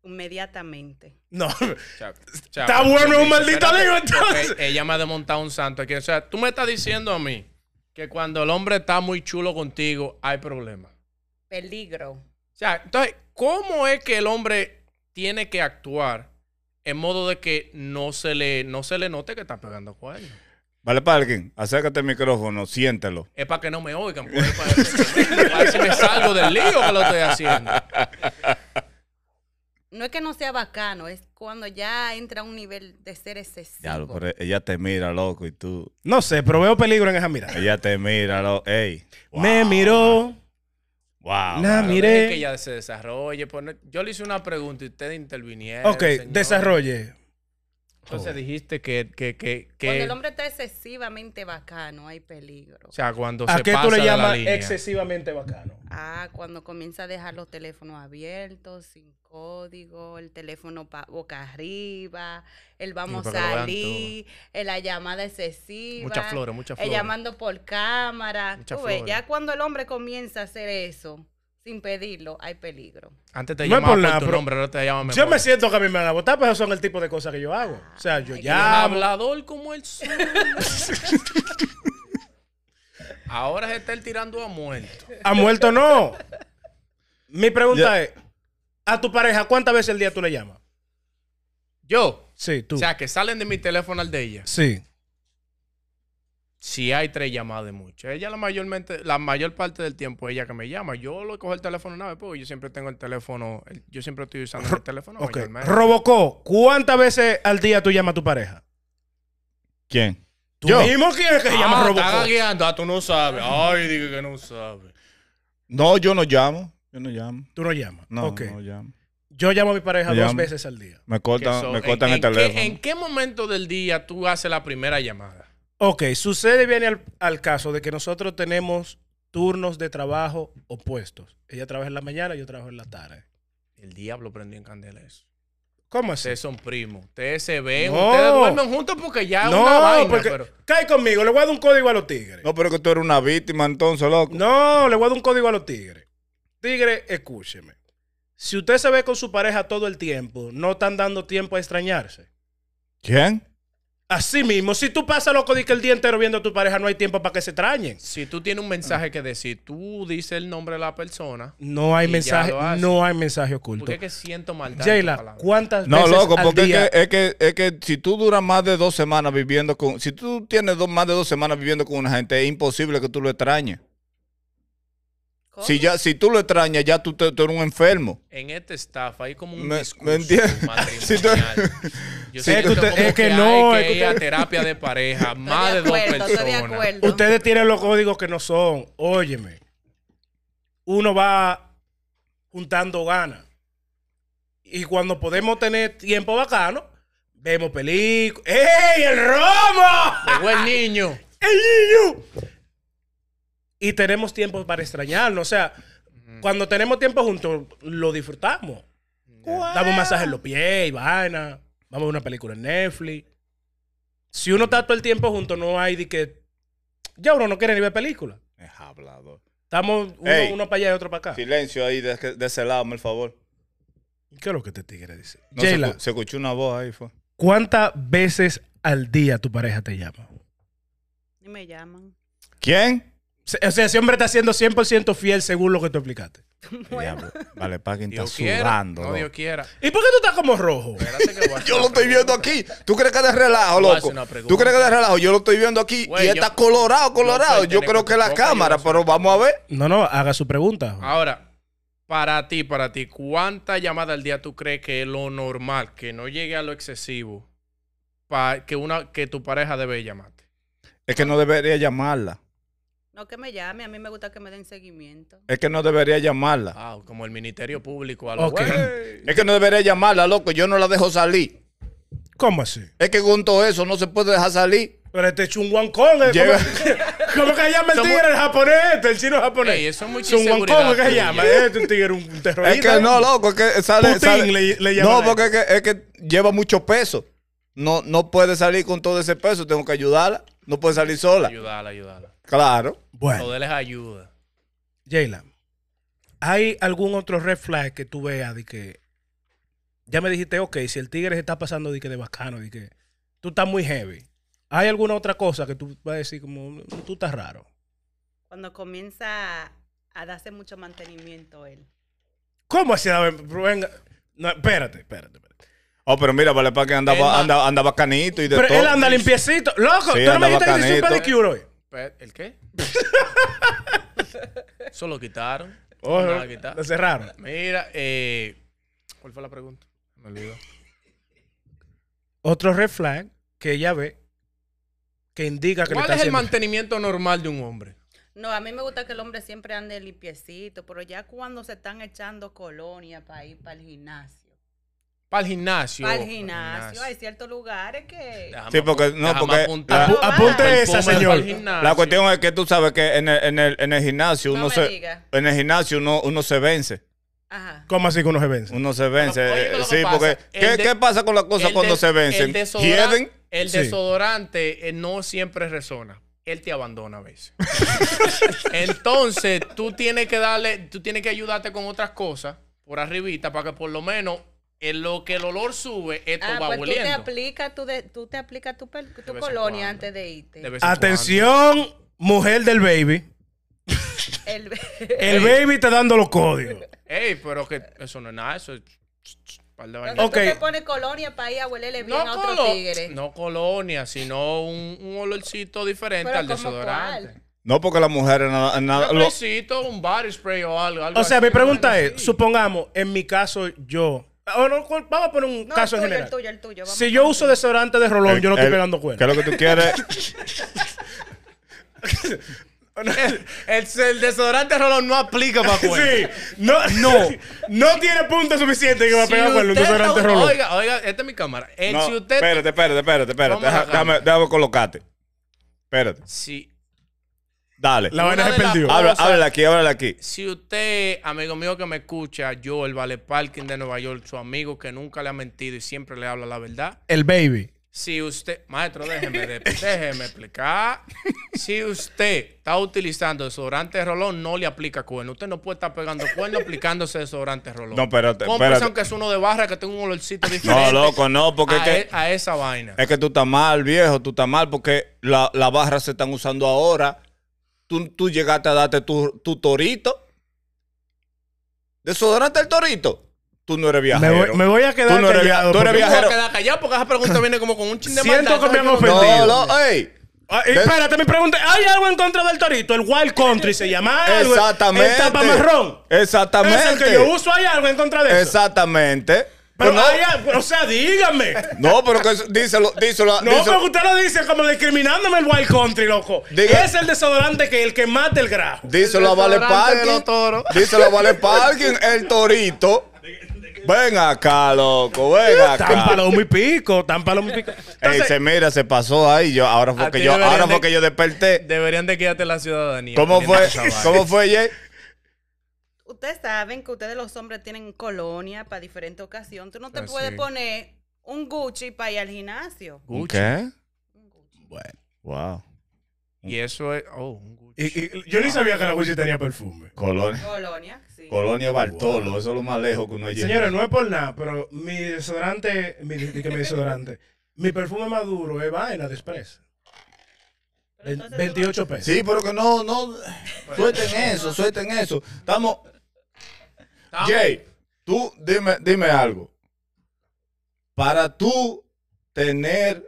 [SPEAKER 4] Inmediatamente.
[SPEAKER 1] No.
[SPEAKER 3] Chao, chao.
[SPEAKER 1] Está bueno un maldito
[SPEAKER 3] Espérate,
[SPEAKER 1] lío, entonces.
[SPEAKER 3] porque Ella me ha desmontado un santo aquí. O sea, tú me estás diciendo a mí que cuando el hombre está muy chulo contigo, hay problemas. O
[SPEAKER 4] Peligro.
[SPEAKER 3] sea, entonces, ¿cómo es que el hombre tiene que actuar en modo de que no se le, no se le note que está pegando cuernos?
[SPEAKER 2] Vale, Parkin, acércate al micrófono, siéntelo.
[SPEAKER 3] Es para que no me oigan. pues, es para, para ver si me salgo del lío que lo estoy haciendo.
[SPEAKER 4] No es que no sea bacano, es cuando ya entra a un nivel de ser excesivo.
[SPEAKER 2] Ya, pero ella te mira, loco, y tú.
[SPEAKER 1] No sé, pero veo peligro en esa mirada.
[SPEAKER 2] Ella te mira, loco. Ey.
[SPEAKER 1] Me
[SPEAKER 2] Wow,
[SPEAKER 1] miró,
[SPEAKER 2] Wow.
[SPEAKER 1] la
[SPEAKER 2] wow.
[SPEAKER 3] Pero deje que
[SPEAKER 1] miré.
[SPEAKER 3] ella se desarrolle. pues, no- yo le hice una pregunta y ustedes intervinieron.
[SPEAKER 1] Ok,
[SPEAKER 3] señor.
[SPEAKER 1] desarrolle.
[SPEAKER 3] Entonces dijiste que... que, que, que-
[SPEAKER 4] Cuando el hombre está excesivamente bacano, hay peligro.
[SPEAKER 3] O sea, cuando
[SPEAKER 1] ¿A
[SPEAKER 3] se
[SPEAKER 1] qué
[SPEAKER 3] pasa
[SPEAKER 1] tú le
[SPEAKER 3] de la
[SPEAKER 1] llamas
[SPEAKER 3] línea.
[SPEAKER 1] excesivamente bacano?
[SPEAKER 4] Ah, cuando comienza a dejar los teléfonos abiertos, sin código, el teléfono pa- boca arriba, el vamos
[SPEAKER 3] para que lo
[SPEAKER 4] a
[SPEAKER 3] vean
[SPEAKER 4] salir, eh, la llamada excesiva.
[SPEAKER 3] Muchas flores, muchas
[SPEAKER 4] eh,
[SPEAKER 3] flores.
[SPEAKER 4] llamando por cámara.
[SPEAKER 3] Muchas
[SPEAKER 4] Tú ves,
[SPEAKER 3] flores.
[SPEAKER 4] ya cuando el hombre comienza a hacer eso, sin pedirlo, hay peligro.
[SPEAKER 3] Antes te
[SPEAKER 1] No es
[SPEAKER 3] llamaba
[SPEAKER 1] por
[SPEAKER 3] por,
[SPEAKER 1] nada,
[SPEAKER 3] tu
[SPEAKER 1] pero-
[SPEAKER 3] nombre, ahora te llaman
[SPEAKER 1] Yo
[SPEAKER 3] mejor.
[SPEAKER 1] me siento que a mí me van a votar, pero son el tipo de cosas que yo hago. O sea, yo
[SPEAKER 3] Y un
[SPEAKER 1] llamo.
[SPEAKER 3] hablador como el sol. Ahora se está él tirando a muerto.
[SPEAKER 1] ¿Ha muerto no? Mi pregunta
[SPEAKER 2] Ya.
[SPEAKER 1] es, ¿a tu pareja cuántas veces al día tú le llamas?
[SPEAKER 3] Yo.
[SPEAKER 1] Sí, tú.
[SPEAKER 3] O sea, que salen de mi teléfono al de ella.
[SPEAKER 1] Sí.
[SPEAKER 3] Si hay tres llamadas de mucho. Ella la mayormente, la mayor parte del tiempo ella que me llama. Yo lo cojo el teléfono una vez porque yo siempre tengo el teléfono, el- yo siempre estoy usando el teléfono
[SPEAKER 1] Ok.
[SPEAKER 3] mayormente.
[SPEAKER 1] Robocó, ¿cuántas veces al día tú llamas a tu pareja?
[SPEAKER 2] ¿Quién?
[SPEAKER 1] ¿Tú
[SPEAKER 2] Yo.
[SPEAKER 1] mismo quieres que se llame
[SPEAKER 3] Ah, está
[SPEAKER 1] Robocó?
[SPEAKER 3] guiando. Ah, tú no sabes. Ay, dije que no sabes.
[SPEAKER 2] No, yo no llamo. Yo no llamo.
[SPEAKER 1] Tú no llamas.
[SPEAKER 2] No,
[SPEAKER 1] Ok.
[SPEAKER 2] no llamo.
[SPEAKER 1] Yo llamo a mi pareja
[SPEAKER 2] Me
[SPEAKER 1] dos
[SPEAKER 2] llamo.
[SPEAKER 1] veces al día.
[SPEAKER 2] Me
[SPEAKER 3] Que
[SPEAKER 2] cortan,
[SPEAKER 3] so-
[SPEAKER 2] me
[SPEAKER 3] ¿en-
[SPEAKER 2] cortan el
[SPEAKER 3] en qué-
[SPEAKER 2] teléfono.
[SPEAKER 3] ¿En qué momento del día tú haces la primera llamada?
[SPEAKER 1] Ok, sucede, viene al, al caso de que nosotros tenemos turnos de trabajo opuestos. Ella trabaja en la mañana, yo trabajo en la tarde.
[SPEAKER 3] El diablo prendió en candela eso.
[SPEAKER 1] ¿Cómo así?
[SPEAKER 3] Ustedes son primos, ustedes se ven,
[SPEAKER 1] No.
[SPEAKER 3] ustedes duermen juntos porque ya es
[SPEAKER 1] no,
[SPEAKER 3] una vaina,
[SPEAKER 1] porque
[SPEAKER 3] pero
[SPEAKER 1] cae conmigo, le voy a dar un código a los tigres.
[SPEAKER 2] No, pero que tú eres una víctima entonces, loco.
[SPEAKER 1] No, le voy a dar un código a los tigres. Tigre, escúcheme. Si usted se ve con su pareja todo el tiempo, no están dando tiempo a extrañarse.
[SPEAKER 2] ¿Quién?
[SPEAKER 1] Así mismo, si tú pasas loco de que el día entero viendo a tu pareja, no hay tiempo para que se extrañen.
[SPEAKER 3] si tú tienes un mensaje que decir, tú dices el nombre de la persona,
[SPEAKER 1] No hay
[SPEAKER 3] Y ya
[SPEAKER 1] mensaje,
[SPEAKER 3] lo hace.
[SPEAKER 1] no hay mensaje oculto.
[SPEAKER 3] porque es que siento maldad. en tu
[SPEAKER 1] Jayla,
[SPEAKER 3] palabra?
[SPEAKER 1] ¿cuántas
[SPEAKER 2] No,
[SPEAKER 1] veces
[SPEAKER 2] loco,
[SPEAKER 1] al
[SPEAKER 2] porque es
[SPEAKER 1] día
[SPEAKER 2] que, es, que, es que si tú duras más de dos semanas viviendo con... Si tú tienes dos, más de dos semanas viviendo con una gente, es imposible que tú lo extrañes.
[SPEAKER 4] ¿Cómo?
[SPEAKER 2] Si, ya, si tú lo extrañas, ya tú, te- tú eres un enfermo.
[SPEAKER 3] En esta estafa hay como un
[SPEAKER 2] Me-
[SPEAKER 3] discurso
[SPEAKER 2] me entiendes. Si tú-
[SPEAKER 3] matrimonial. Yo
[SPEAKER 1] Sí, es que
[SPEAKER 3] siento
[SPEAKER 1] usted-
[SPEAKER 3] como
[SPEAKER 1] es que
[SPEAKER 3] hay
[SPEAKER 1] no, es
[SPEAKER 3] que
[SPEAKER 1] que
[SPEAKER 3] ir a
[SPEAKER 1] usted-
[SPEAKER 3] terapia de pareja,
[SPEAKER 4] Estoy
[SPEAKER 3] más de dos
[SPEAKER 4] acuerdo, Estoy de
[SPEAKER 3] personas.
[SPEAKER 4] acuerdo.
[SPEAKER 1] Ustedes tienen los códigos que no son. Óyeme. Uno va juntando ganas. Y cuando podemos tener tiempo bacano, vemos películas. ¡Ey, el romo!
[SPEAKER 3] Llegó el niño.
[SPEAKER 1] ¡El niño! Y tenemos tiempo para extrañarnos. O sea, cuando tenemos tiempo juntos, lo disfrutamos. Damos un masaje en los pies y vaina. Vamos a una película en Netflix. Si uno está todo el tiempo junto, no hay de que. Ya uno no quiere ni ver película.
[SPEAKER 2] Es hablador.
[SPEAKER 1] Estamos uno,
[SPEAKER 2] Ey.
[SPEAKER 1] uno para allá y otro para acá.
[SPEAKER 2] Silencio ahí de, de ese lado, por favor.
[SPEAKER 1] ¿Qué es lo que te tigre dice?
[SPEAKER 2] No, se,
[SPEAKER 1] Jayla,
[SPEAKER 2] escu- se escuchó una voz ahí, fue.
[SPEAKER 1] ¿cuántas veces al día tu pareja te llama?
[SPEAKER 4] Y me llaman.
[SPEAKER 2] ¿Quién?
[SPEAKER 1] Se- O sea, ese hombre está siendo 100% fiel según lo que tú explicaste.
[SPEAKER 2] Diablo, Vale, Pagin está
[SPEAKER 3] Dios quiera.
[SPEAKER 2] sudando.
[SPEAKER 3] No,
[SPEAKER 2] loco.
[SPEAKER 3] Dios quiera.
[SPEAKER 1] ¿Y por qué tú estás como rojo?
[SPEAKER 3] Espérate que voy a hacer
[SPEAKER 2] Yo lo
[SPEAKER 3] una
[SPEAKER 2] estoy viendo
[SPEAKER 3] pregunta.
[SPEAKER 2] aquí. ¿Tú crees que es de relajo,
[SPEAKER 3] Voy a
[SPEAKER 2] loco?
[SPEAKER 3] hacer una pregunta.
[SPEAKER 2] ¿Tú crees que es de relajo? Yo lo estoy viendo aquí
[SPEAKER 3] Güey,
[SPEAKER 2] y
[SPEAKER 3] yo-
[SPEAKER 2] está colorado, colorado.
[SPEAKER 3] yo
[SPEAKER 2] Yo
[SPEAKER 3] sé
[SPEAKER 2] creo
[SPEAKER 3] que
[SPEAKER 2] que es la
[SPEAKER 3] toca, yo
[SPEAKER 2] cámara,
[SPEAKER 3] sé.
[SPEAKER 2] pero vamos a ver.
[SPEAKER 1] No, no, haga su pregunta.
[SPEAKER 3] Ahora, para ti, para ti, ¿cuántas llamadas al día tú crees que es lo normal, que no llegue a lo excesivo, pa- que, una, que tu pareja debe llamarte?
[SPEAKER 2] Es que no debería llamarla.
[SPEAKER 4] No que me llame, a mí me gusta que me den seguimiento.
[SPEAKER 2] Es que no debería llamarla.
[SPEAKER 3] Ah, como el Ministerio Público. A lo
[SPEAKER 1] Ok.
[SPEAKER 3] güey.
[SPEAKER 2] Es que no debería llamarla, loco. Yo no la dejo salir.
[SPEAKER 1] ¿Cómo así?
[SPEAKER 2] Es que con todo eso no se puede dejar salir.
[SPEAKER 1] Pero este chunguan Kong. ¿eh?
[SPEAKER 2] Llega-
[SPEAKER 1] ¿Cómo, cómo que llama el
[SPEAKER 3] Somos-
[SPEAKER 1] tigre el japonés este, el chino japonés?
[SPEAKER 3] Ey, eso es mucha
[SPEAKER 1] Chunguan Kong,
[SPEAKER 3] inseguridad
[SPEAKER 1] ¿qué
[SPEAKER 3] tuya.
[SPEAKER 1] llama? Este un tigre, un terrorista.
[SPEAKER 2] Es que no, loco. Es que sale.
[SPEAKER 1] Putin
[SPEAKER 2] sale-
[SPEAKER 1] le- le llaman
[SPEAKER 2] no,
[SPEAKER 1] a
[SPEAKER 2] porque es que, es que lleva mucho peso. No, no puede salir con todo ese peso. Tengo que ayudarla. No puede salir sola.
[SPEAKER 3] Ayudarla, ayudarla.
[SPEAKER 2] Claro.
[SPEAKER 1] Bueno,
[SPEAKER 3] O déles ayuda.
[SPEAKER 1] Jayla, ¿hay algún otro red flag que tú veas de que... Ya me dijiste, ok, si el tigre se está pasando de que de bacano, de que tú estás muy heavy. ¿Hay alguna otra cosa que tú vas a decir como, "Mm, tú estás raro?
[SPEAKER 4] Cuando comienza a darse mucho mantenimiento él.
[SPEAKER 1] ¿Cómo así? A ver, Venga. No, espérate, espérate, espérate.
[SPEAKER 2] Oh, pero mira, vale, para que anda,
[SPEAKER 3] Él va-
[SPEAKER 2] anda, anda bacanito y de
[SPEAKER 1] Pero
[SPEAKER 2] todo.
[SPEAKER 1] él anda limpiecito. Loco,
[SPEAKER 2] Sí,
[SPEAKER 1] tú no
[SPEAKER 2] anda
[SPEAKER 1] me dijiste que hiciste un
[SPEAKER 2] bacanito.
[SPEAKER 1] pedicure hoy.
[SPEAKER 3] Pe- ¿El qué? Eso lo quitaron.
[SPEAKER 1] Ojo,
[SPEAKER 3] Nada, quitar.
[SPEAKER 1] lo cerraron.
[SPEAKER 3] Mira, eh, ¿cuál fue la pregunta? Me olvidó.
[SPEAKER 1] Otro red flag que ella ve que indica que le
[SPEAKER 3] ¿Cuál
[SPEAKER 1] está
[SPEAKER 3] es el
[SPEAKER 1] haciendo...
[SPEAKER 3] mantenimiento normal de un hombre?
[SPEAKER 4] No, a mí me gusta que el hombre siempre ande limpiecito, pero ya cuando se están echando colonia para ir para el gimnasio.
[SPEAKER 3] Para el gimnasio.
[SPEAKER 4] Para el gimnasio, hay ciertos lugares que...
[SPEAKER 3] Eh, Déjame
[SPEAKER 2] Sí, porque-
[SPEAKER 3] apu-
[SPEAKER 2] no,
[SPEAKER 3] déjame
[SPEAKER 2] porque-
[SPEAKER 3] apuntar.
[SPEAKER 1] Apu- apunte
[SPEAKER 3] Perfume
[SPEAKER 1] esa,
[SPEAKER 3] para el
[SPEAKER 1] señor.
[SPEAKER 3] gimnasio.
[SPEAKER 2] La cuestión es que tú sabes que en el, en el, en el gimnasio
[SPEAKER 4] No
[SPEAKER 2] uno
[SPEAKER 4] me
[SPEAKER 2] se
[SPEAKER 4] diga.
[SPEAKER 2] en el gimnasio uno, uno se vence.
[SPEAKER 4] Ajá.
[SPEAKER 1] ¿Cómo así que uno se vence?
[SPEAKER 2] Uno se vence.
[SPEAKER 3] oye,
[SPEAKER 2] eh,
[SPEAKER 3] lo que
[SPEAKER 2] sí,
[SPEAKER 3] pasa,
[SPEAKER 2] porque
[SPEAKER 3] el
[SPEAKER 2] ¿qué,
[SPEAKER 3] de-
[SPEAKER 2] qué pasa con las cosas
[SPEAKER 3] El
[SPEAKER 2] cuando
[SPEAKER 3] des-
[SPEAKER 2] se vencen?
[SPEAKER 3] El desodorante,
[SPEAKER 2] ¿Hieden?
[SPEAKER 3] el
[SPEAKER 1] Sí.
[SPEAKER 3] desodorante, eh, no siempre resona. Él te abandona a veces. Entonces, tú tienes que darle, tú tienes que ayudarte con otras cosas por arribita para que por lo menos en lo que el olor sube, esto
[SPEAKER 4] Ah,
[SPEAKER 3] va
[SPEAKER 4] pues tú te
[SPEAKER 3] oliendo.
[SPEAKER 4] aplicas tu, de- tú te aplicas tu, pel- tu
[SPEAKER 3] en cuando.
[SPEAKER 4] colonia antes de irte.
[SPEAKER 3] De vez en
[SPEAKER 1] Atención, mujer del baby.
[SPEAKER 4] El-
[SPEAKER 1] El baby está dando los códigos.
[SPEAKER 3] cuando. Ey, pero que eso no es nada, eso es par de
[SPEAKER 4] Entonces
[SPEAKER 3] vaina.
[SPEAKER 1] Ok.
[SPEAKER 4] tú te pones colonia para ir a huelerle bien
[SPEAKER 3] No,
[SPEAKER 4] a otro
[SPEAKER 3] colo-
[SPEAKER 4] tigre.
[SPEAKER 3] no colonia, sino un, un olorcito diferente
[SPEAKER 4] Pero
[SPEAKER 3] al
[SPEAKER 4] ¿cómo
[SPEAKER 3] desodorante.
[SPEAKER 4] cuál?
[SPEAKER 2] No, porque las mujeres nada, nada-
[SPEAKER 3] Un
[SPEAKER 2] lo-
[SPEAKER 3] spraycito, un body spray o algo. algo
[SPEAKER 1] Ah, O sea,
[SPEAKER 3] así,
[SPEAKER 1] mi pregunta
[SPEAKER 3] una vaina
[SPEAKER 1] es,
[SPEAKER 3] así.
[SPEAKER 1] supongamos, en mi caso, yo... o no, cu- vamos a poner un
[SPEAKER 4] No,
[SPEAKER 1] caso en
[SPEAKER 4] el tuyo, el
[SPEAKER 1] general.
[SPEAKER 4] tuyo, el tuyo. vamos
[SPEAKER 1] Si yo
[SPEAKER 4] con-
[SPEAKER 1] uso desodorante de rolón, yo no
[SPEAKER 2] el-
[SPEAKER 1] estoy pegando
[SPEAKER 2] ¿Qué
[SPEAKER 1] cuerda.
[SPEAKER 2] es lo que tú quieres?
[SPEAKER 3] El, el desodorante Rolón no aplica para
[SPEAKER 1] Sí,
[SPEAKER 3] cuerpo.
[SPEAKER 1] no, no, no tiene punto suficiente que va a pegar cuerda un
[SPEAKER 3] usted-
[SPEAKER 1] desodorante rolón.
[SPEAKER 3] Oiga, oiga, esta es mi cámara. El,
[SPEAKER 2] No,
[SPEAKER 3] Eh, si usted.
[SPEAKER 2] Espérate, espérate, espérate, espérate.
[SPEAKER 3] Vamos a
[SPEAKER 2] Deja- Déjame,
[SPEAKER 3] agarrar.
[SPEAKER 2] déjame colocarte. Espérate.
[SPEAKER 3] Si,
[SPEAKER 2] Dale.
[SPEAKER 1] La vaina
[SPEAKER 3] Una
[SPEAKER 1] se
[SPEAKER 3] de las-
[SPEAKER 1] perdió.
[SPEAKER 3] Ah,
[SPEAKER 2] Habla,
[SPEAKER 3] cosa-
[SPEAKER 2] háblale aquí, háblale aquí.
[SPEAKER 3] si usted, amigo mío que me escucha, yo, el Vale Parking de Nueva York, su amigo que nunca le ha mentido y siempre le habla la verdad.
[SPEAKER 1] El baby.
[SPEAKER 3] Si usted, maestro, déjeme, de- déjeme explicar. Si usted está utilizando desodorante de rolón, no le aplica cuerno. Usted no puede estar pegando cuerno aplicándose desodorante de rolón.
[SPEAKER 2] No, espérate,
[SPEAKER 3] Cómprese
[SPEAKER 2] espérate.
[SPEAKER 3] aunque es uno de barra que tenga un olorcito
[SPEAKER 2] No,
[SPEAKER 3] diferente.
[SPEAKER 2] loco, no, porque
[SPEAKER 3] a,
[SPEAKER 2] es que...
[SPEAKER 3] e- a esa vaina.
[SPEAKER 2] Es que tú estás mal, viejo, tú estás mal porque la- las barras se están usando ahora. Tú, tú llegaste a darte tu, tu torito. Desodorante el torito. Tú no eres
[SPEAKER 1] Me
[SPEAKER 2] viajero.
[SPEAKER 1] voy, me voy a quedar
[SPEAKER 2] Tú no eres
[SPEAKER 1] callado
[SPEAKER 2] via- tú
[SPEAKER 1] porque-
[SPEAKER 2] eres
[SPEAKER 3] Yo me voy
[SPEAKER 2] viajero.
[SPEAKER 3] a quedar callado porque esa pregunta viene como con un chin de
[SPEAKER 1] Siento
[SPEAKER 3] maldad.
[SPEAKER 1] que me han
[SPEAKER 3] Yo no-
[SPEAKER 1] ofendido.
[SPEAKER 2] No, no, ey.
[SPEAKER 1] Ah, y
[SPEAKER 2] Ve-
[SPEAKER 1] espérate, mi pregunta. ¿Hay algo en contra del torito? El wild country se llama. algo,
[SPEAKER 2] Exactamente.
[SPEAKER 1] El tapa marrón.
[SPEAKER 2] Exactamente.
[SPEAKER 1] Es el que yo uso. ¿Hay algo en contra de eso?
[SPEAKER 2] Exactamente.
[SPEAKER 1] Pero
[SPEAKER 2] no,
[SPEAKER 1] hay algo- o sea, dígame.
[SPEAKER 2] no, pero que eso- díselo, díselo,
[SPEAKER 1] No,
[SPEAKER 2] díselo.
[SPEAKER 1] porque usted lo dice como discriminándome el wild country, loco.
[SPEAKER 2] Diga-
[SPEAKER 1] Es el desodorante que el que mata el grajo.
[SPEAKER 2] Díselo a
[SPEAKER 3] El
[SPEAKER 2] Vale
[SPEAKER 3] desodorante de
[SPEAKER 2] Parking.
[SPEAKER 3] los toros.
[SPEAKER 2] Díselo a Vale Parking, el torito. Ven acá, loco, ven acá.
[SPEAKER 1] Tan palomo y pico, tan palomo y pico.
[SPEAKER 2] Ey,
[SPEAKER 1] Entonces,
[SPEAKER 2] se mira, se pasó ahí. Yo, ahora fue
[SPEAKER 3] A
[SPEAKER 2] que
[SPEAKER 3] ti
[SPEAKER 2] yo,
[SPEAKER 3] deberían
[SPEAKER 2] ahora
[SPEAKER 3] de-
[SPEAKER 2] fue que yo desperté.
[SPEAKER 3] Deberían de quedarte la ciudadanía.
[SPEAKER 2] ¿Cómo fue?
[SPEAKER 3] Esa vaina.
[SPEAKER 2] ¿Cómo fue, Jay?
[SPEAKER 4] Ustedes saben que ustedes los hombres tienen colonia para diferentes ocasiones. Tú no te
[SPEAKER 3] Ah,
[SPEAKER 4] puedes
[SPEAKER 3] sí.
[SPEAKER 4] poner un Gucci para ir al gimnasio.
[SPEAKER 3] Gucci.
[SPEAKER 2] ¿Qué? Bueno. Wow.
[SPEAKER 3] Y eso es. Oh, un Gucci.
[SPEAKER 1] y- y- yo ni sabía que la Gucci tenía perfume.
[SPEAKER 2] Colonia.
[SPEAKER 4] Colonia, sí.
[SPEAKER 2] Colonia Bartolo, eso es lo más lejos que uno llega.
[SPEAKER 1] Señores, no es por nada, pero mi desodorante, mi, di- di que mi desodorante, mi perfume más duro es vaina de Express. Ve- 28 pesos.
[SPEAKER 2] Sí, pero que no, no. Suelten eso, suelten eso. Estamos.
[SPEAKER 3] Estamos-
[SPEAKER 2] Jay, tú dime, dime algo. Para tú tener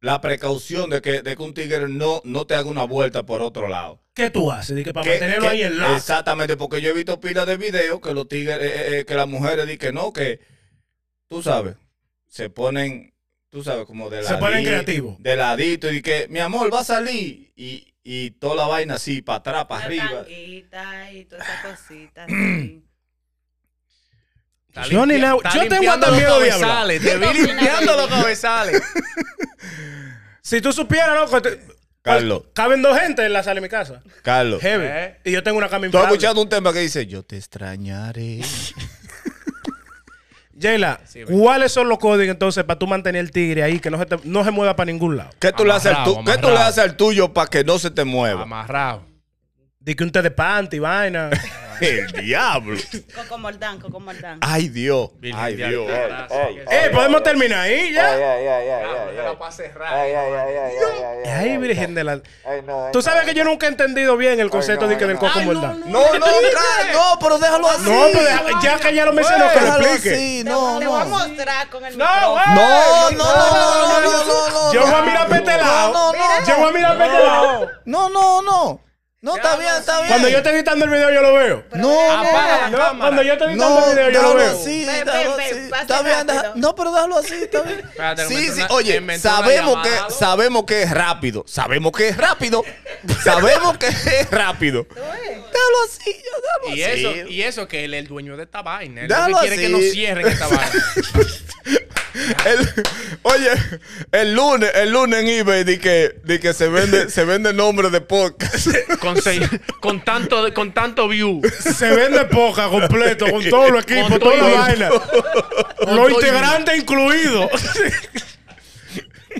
[SPEAKER 2] la precaución de que, de que un tigre no, no te haga una vuelta por otro lado.
[SPEAKER 1] ¿Qué tú haces? Dije, para
[SPEAKER 2] Que-
[SPEAKER 1] mantenerlo
[SPEAKER 2] que-
[SPEAKER 1] ahí en la.
[SPEAKER 2] Exactamente, porque yo he visto pilas de videos que los tigres, eh, eh, que las mujeres dicen que no, que tú sabes, se ponen, tú sabes, como de
[SPEAKER 1] Se
[SPEAKER 2] ladi-
[SPEAKER 1] ponen creativos.
[SPEAKER 2] De ladito y que, mi amor, va a salir y, y toda la vaina así, para atrás, para
[SPEAKER 4] La
[SPEAKER 2] arriba.
[SPEAKER 4] tanguita y todas esas cositas. sí.
[SPEAKER 3] Está
[SPEAKER 1] Yo ni la-
[SPEAKER 3] está
[SPEAKER 1] yo tengo
[SPEAKER 3] limpiando
[SPEAKER 1] hasta
[SPEAKER 3] los
[SPEAKER 1] miedo de hablar.
[SPEAKER 3] cabezales, Te vi
[SPEAKER 4] también la
[SPEAKER 3] limpiando
[SPEAKER 4] vi.
[SPEAKER 3] los cabezales.
[SPEAKER 1] Si tú supieras, loco. te-
[SPEAKER 2] Carlos,
[SPEAKER 1] Caben dos gente en la sala de mi casa.
[SPEAKER 2] Carlos.
[SPEAKER 1] Heavy.
[SPEAKER 3] Eh.
[SPEAKER 1] Y yo tengo una cama
[SPEAKER 2] Tú has
[SPEAKER 1] inflable.
[SPEAKER 2] escuchado un tema que dice, yo te extrañaré.
[SPEAKER 1] Jayla,
[SPEAKER 3] Sí, ve.
[SPEAKER 1] ¿cuáles son los códigos entonces para tú mantener el tigre ahí que no se, te- no se mueva para ningún lado?
[SPEAKER 2] ¿Qué tú, le haces, al tu-
[SPEAKER 3] Amarrado,
[SPEAKER 2] ¿qué tú le
[SPEAKER 3] amarrado.
[SPEAKER 2] haces al tuyo para que no se te mueva?
[SPEAKER 3] Amarrado.
[SPEAKER 1] De que un té de panty, vaina. Eh,
[SPEAKER 2] El diablo.
[SPEAKER 4] Coco Moldán, Coco Moldán.
[SPEAKER 3] Ah,
[SPEAKER 2] Ay, Dios.
[SPEAKER 3] Virgen
[SPEAKER 2] Ay,
[SPEAKER 3] de
[SPEAKER 2] Dios.
[SPEAKER 3] Alcalá, sí, que
[SPEAKER 1] ¡Eh, podemos terminar ahí ya!
[SPEAKER 3] Diablo, te la pasé raro.
[SPEAKER 5] Ay, ay, ay, ay, ay, ay, ay,
[SPEAKER 1] Ay, virgen de la...
[SPEAKER 5] ay, no, ay,
[SPEAKER 1] Tú sabes
[SPEAKER 5] no.
[SPEAKER 1] que yo nunca he entendido bien el concepto
[SPEAKER 5] no,
[SPEAKER 1] de que
[SPEAKER 5] ay,
[SPEAKER 1] del
[SPEAKER 5] no.
[SPEAKER 1] coco
[SPEAKER 3] Ay, no,
[SPEAKER 1] mordaz.
[SPEAKER 3] no.
[SPEAKER 2] No, no, Carl, no, pero déjalo así.
[SPEAKER 1] No, pero deja- ya que ya lo mencionó, que lo
[SPEAKER 2] Déjalo
[SPEAKER 1] explique.
[SPEAKER 2] así,
[SPEAKER 4] Te-
[SPEAKER 2] no,
[SPEAKER 4] te voy a
[SPEAKER 2] no.
[SPEAKER 4] mostrar con el
[SPEAKER 1] No,
[SPEAKER 4] micrófono.
[SPEAKER 1] güey.
[SPEAKER 2] No, no, no, no, no, no, no.
[SPEAKER 1] Yo voy a mirar para este lado.
[SPEAKER 2] No, no,
[SPEAKER 1] Yo
[SPEAKER 2] no.
[SPEAKER 1] voy a mirar para este lado.
[SPEAKER 2] No, no, no. No, está bien, está bien.
[SPEAKER 1] Cuando yo esté editando el video, yo lo veo.
[SPEAKER 2] No,
[SPEAKER 3] Apaga la
[SPEAKER 1] No, cuando yo
[SPEAKER 3] cámara.
[SPEAKER 1] esté editando
[SPEAKER 2] no,
[SPEAKER 1] el video, yo lo
[SPEAKER 2] déjalo
[SPEAKER 1] veo.
[SPEAKER 2] así,
[SPEAKER 4] Ven, ven,
[SPEAKER 2] déjalo
[SPEAKER 4] ven,
[SPEAKER 2] así.
[SPEAKER 4] pase
[SPEAKER 2] Está bien, deja-
[SPEAKER 4] rápido.
[SPEAKER 2] no, pero déjalo así, está bien.
[SPEAKER 3] Espérate, que me
[SPEAKER 2] Sí,
[SPEAKER 3] entró
[SPEAKER 2] sí,
[SPEAKER 3] una-
[SPEAKER 2] oye,
[SPEAKER 3] me entró una
[SPEAKER 2] sabemos que,
[SPEAKER 3] llamada, loco.
[SPEAKER 2] sabemos que es rápido, sabemos que es rápido, sabemos que es rápido. Déjalo así, yo
[SPEAKER 3] Y
[SPEAKER 2] déjalo
[SPEAKER 3] eso,
[SPEAKER 2] así.
[SPEAKER 3] y eso que él es el dueño de esta vaina. Él
[SPEAKER 2] Déjalo
[SPEAKER 3] lo que quiere es que
[SPEAKER 2] así.
[SPEAKER 3] nos cierren esta vaina.
[SPEAKER 2] El- oye, el lunes, el lunes en eBay di que, di que se vende, se vende nombre de podcast.
[SPEAKER 3] Con, seis- con tanto, con tanto view.
[SPEAKER 1] Se vende poca, completo, con todo los equipos,
[SPEAKER 3] Con
[SPEAKER 1] toda la
[SPEAKER 3] todo.
[SPEAKER 1] vaina.
[SPEAKER 3] todo.
[SPEAKER 1] Los integrantes incluidos.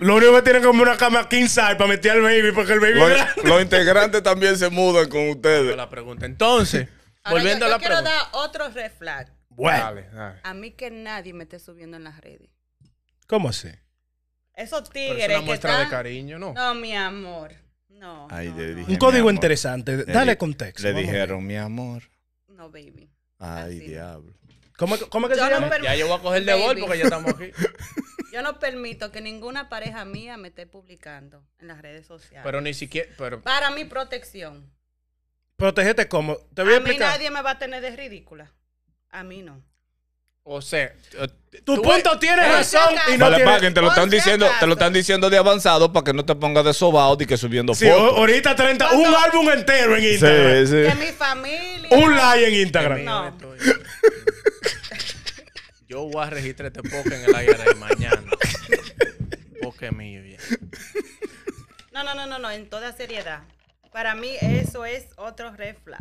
[SPEAKER 1] Lo único que tienen que comer una cama king size para meter al baby, porque el baby es
[SPEAKER 2] Los,
[SPEAKER 1] grande.
[SPEAKER 2] los integrantes también se mudan con
[SPEAKER 3] Yo
[SPEAKER 2] ustedes.
[SPEAKER 3] la pregunta. Entonces,
[SPEAKER 4] Ahora,
[SPEAKER 3] volviendo
[SPEAKER 4] yo,
[SPEAKER 3] a
[SPEAKER 4] yo
[SPEAKER 3] la
[SPEAKER 4] quiero
[SPEAKER 3] pregunta.
[SPEAKER 4] dar otro red flag.
[SPEAKER 1] Bueno,
[SPEAKER 3] Dale, dale.
[SPEAKER 4] A mí que nadie me esté subiendo en las redes.
[SPEAKER 1] ¿cómo así?
[SPEAKER 4] Esos
[SPEAKER 3] Pero
[SPEAKER 4] tigres
[SPEAKER 3] es una
[SPEAKER 4] que
[SPEAKER 3] muestra de
[SPEAKER 4] están-
[SPEAKER 3] cariño, ¿no?
[SPEAKER 4] No, mi amor. No.
[SPEAKER 2] Ay,
[SPEAKER 4] no,
[SPEAKER 2] le
[SPEAKER 4] no,
[SPEAKER 2] dije.
[SPEAKER 1] Un
[SPEAKER 2] mi
[SPEAKER 1] código
[SPEAKER 2] amor.
[SPEAKER 1] interesante.
[SPEAKER 2] Le
[SPEAKER 1] Dale
[SPEAKER 2] di-
[SPEAKER 1] contexto.
[SPEAKER 2] Le
[SPEAKER 1] vamos a ver.
[SPEAKER 2] dijeron, mi amor.
[SPEAKER 4] No, baby.
[SPEAKER 2] Ay,
[SPEAKER 4] Así.
[SPEAKER 2] diablo.
[SPEAKER 1] ¿Cómo, cómo que
[SPEAKER 4] Yo
[SPEAKER 1] se
[SPEAKER 4] no
[SPEAKER 1] llama?
[SPEAKER 4] per-
[SPEAKER 3] Ya yo voy a coger de
[SPEAKER 4] Baby.
[SPEAKER 3] gol porque ya estamos aquí.
[SPEAKER 4] Yo no permito que ninguna pareja mía me esté publicando en las redes sociales.
[SPEAKER 3] Pero ni siquiera. Pero,
[SPEAKER 4] Para mi protección.
[SPEAKER 1] Protégete como. Te
[SPEAKER 4] A
[SPEAKER 1] voy a,
[SPEAKER 4] mí
[SPEAKER 1] explicar.
[SPEAKER 4] nadie me va a tener de ridícula. A mí no.
[SPEAKER 3] o sea.
[SPEAKER 1] Tu punto tienes
[SPEAKER 4] Por si
[SPEAKER 1] razón y
[SPEAKER 4] acaso.
[SPEAKER 1] no
[SPEAKER 2] vale,
[SPEAKER 1] tienes-
[SPEAKER 2] paguen, te lo
[SPEAKER 4] Por
[SPEAKER 2] están
[SPEAKER 4] si
[SPEAKER 2] diciendo, te lo están
[SPEAKER 4] acaso.
[SPEAKER 2] diciendo de avanzado para que no te pongas de sobado y que subiendo
[SPEAKER 1] Sí, oh, o-
[SPEAKER 2] fotos.
[SPEAKER 1] ahorita 30. Un
[SPEAKER 4] ¿Cuánto?
[SPEAKER 1] álbum entero en Instagram.
[SPEAKER 2] Sí, sí.
[SPEAKER 4] Que mi familia.
[SPEAKER 1] Un like en Instagram.
[SPEAKER 4] No.
[SPEAKER 3] Yo voy a registrar este poke en el aire mañana. Poke mío, ya.
[SPEAKER 4] No, no, no, no, no, en toda seriedad. Para mí eso es otro red flag.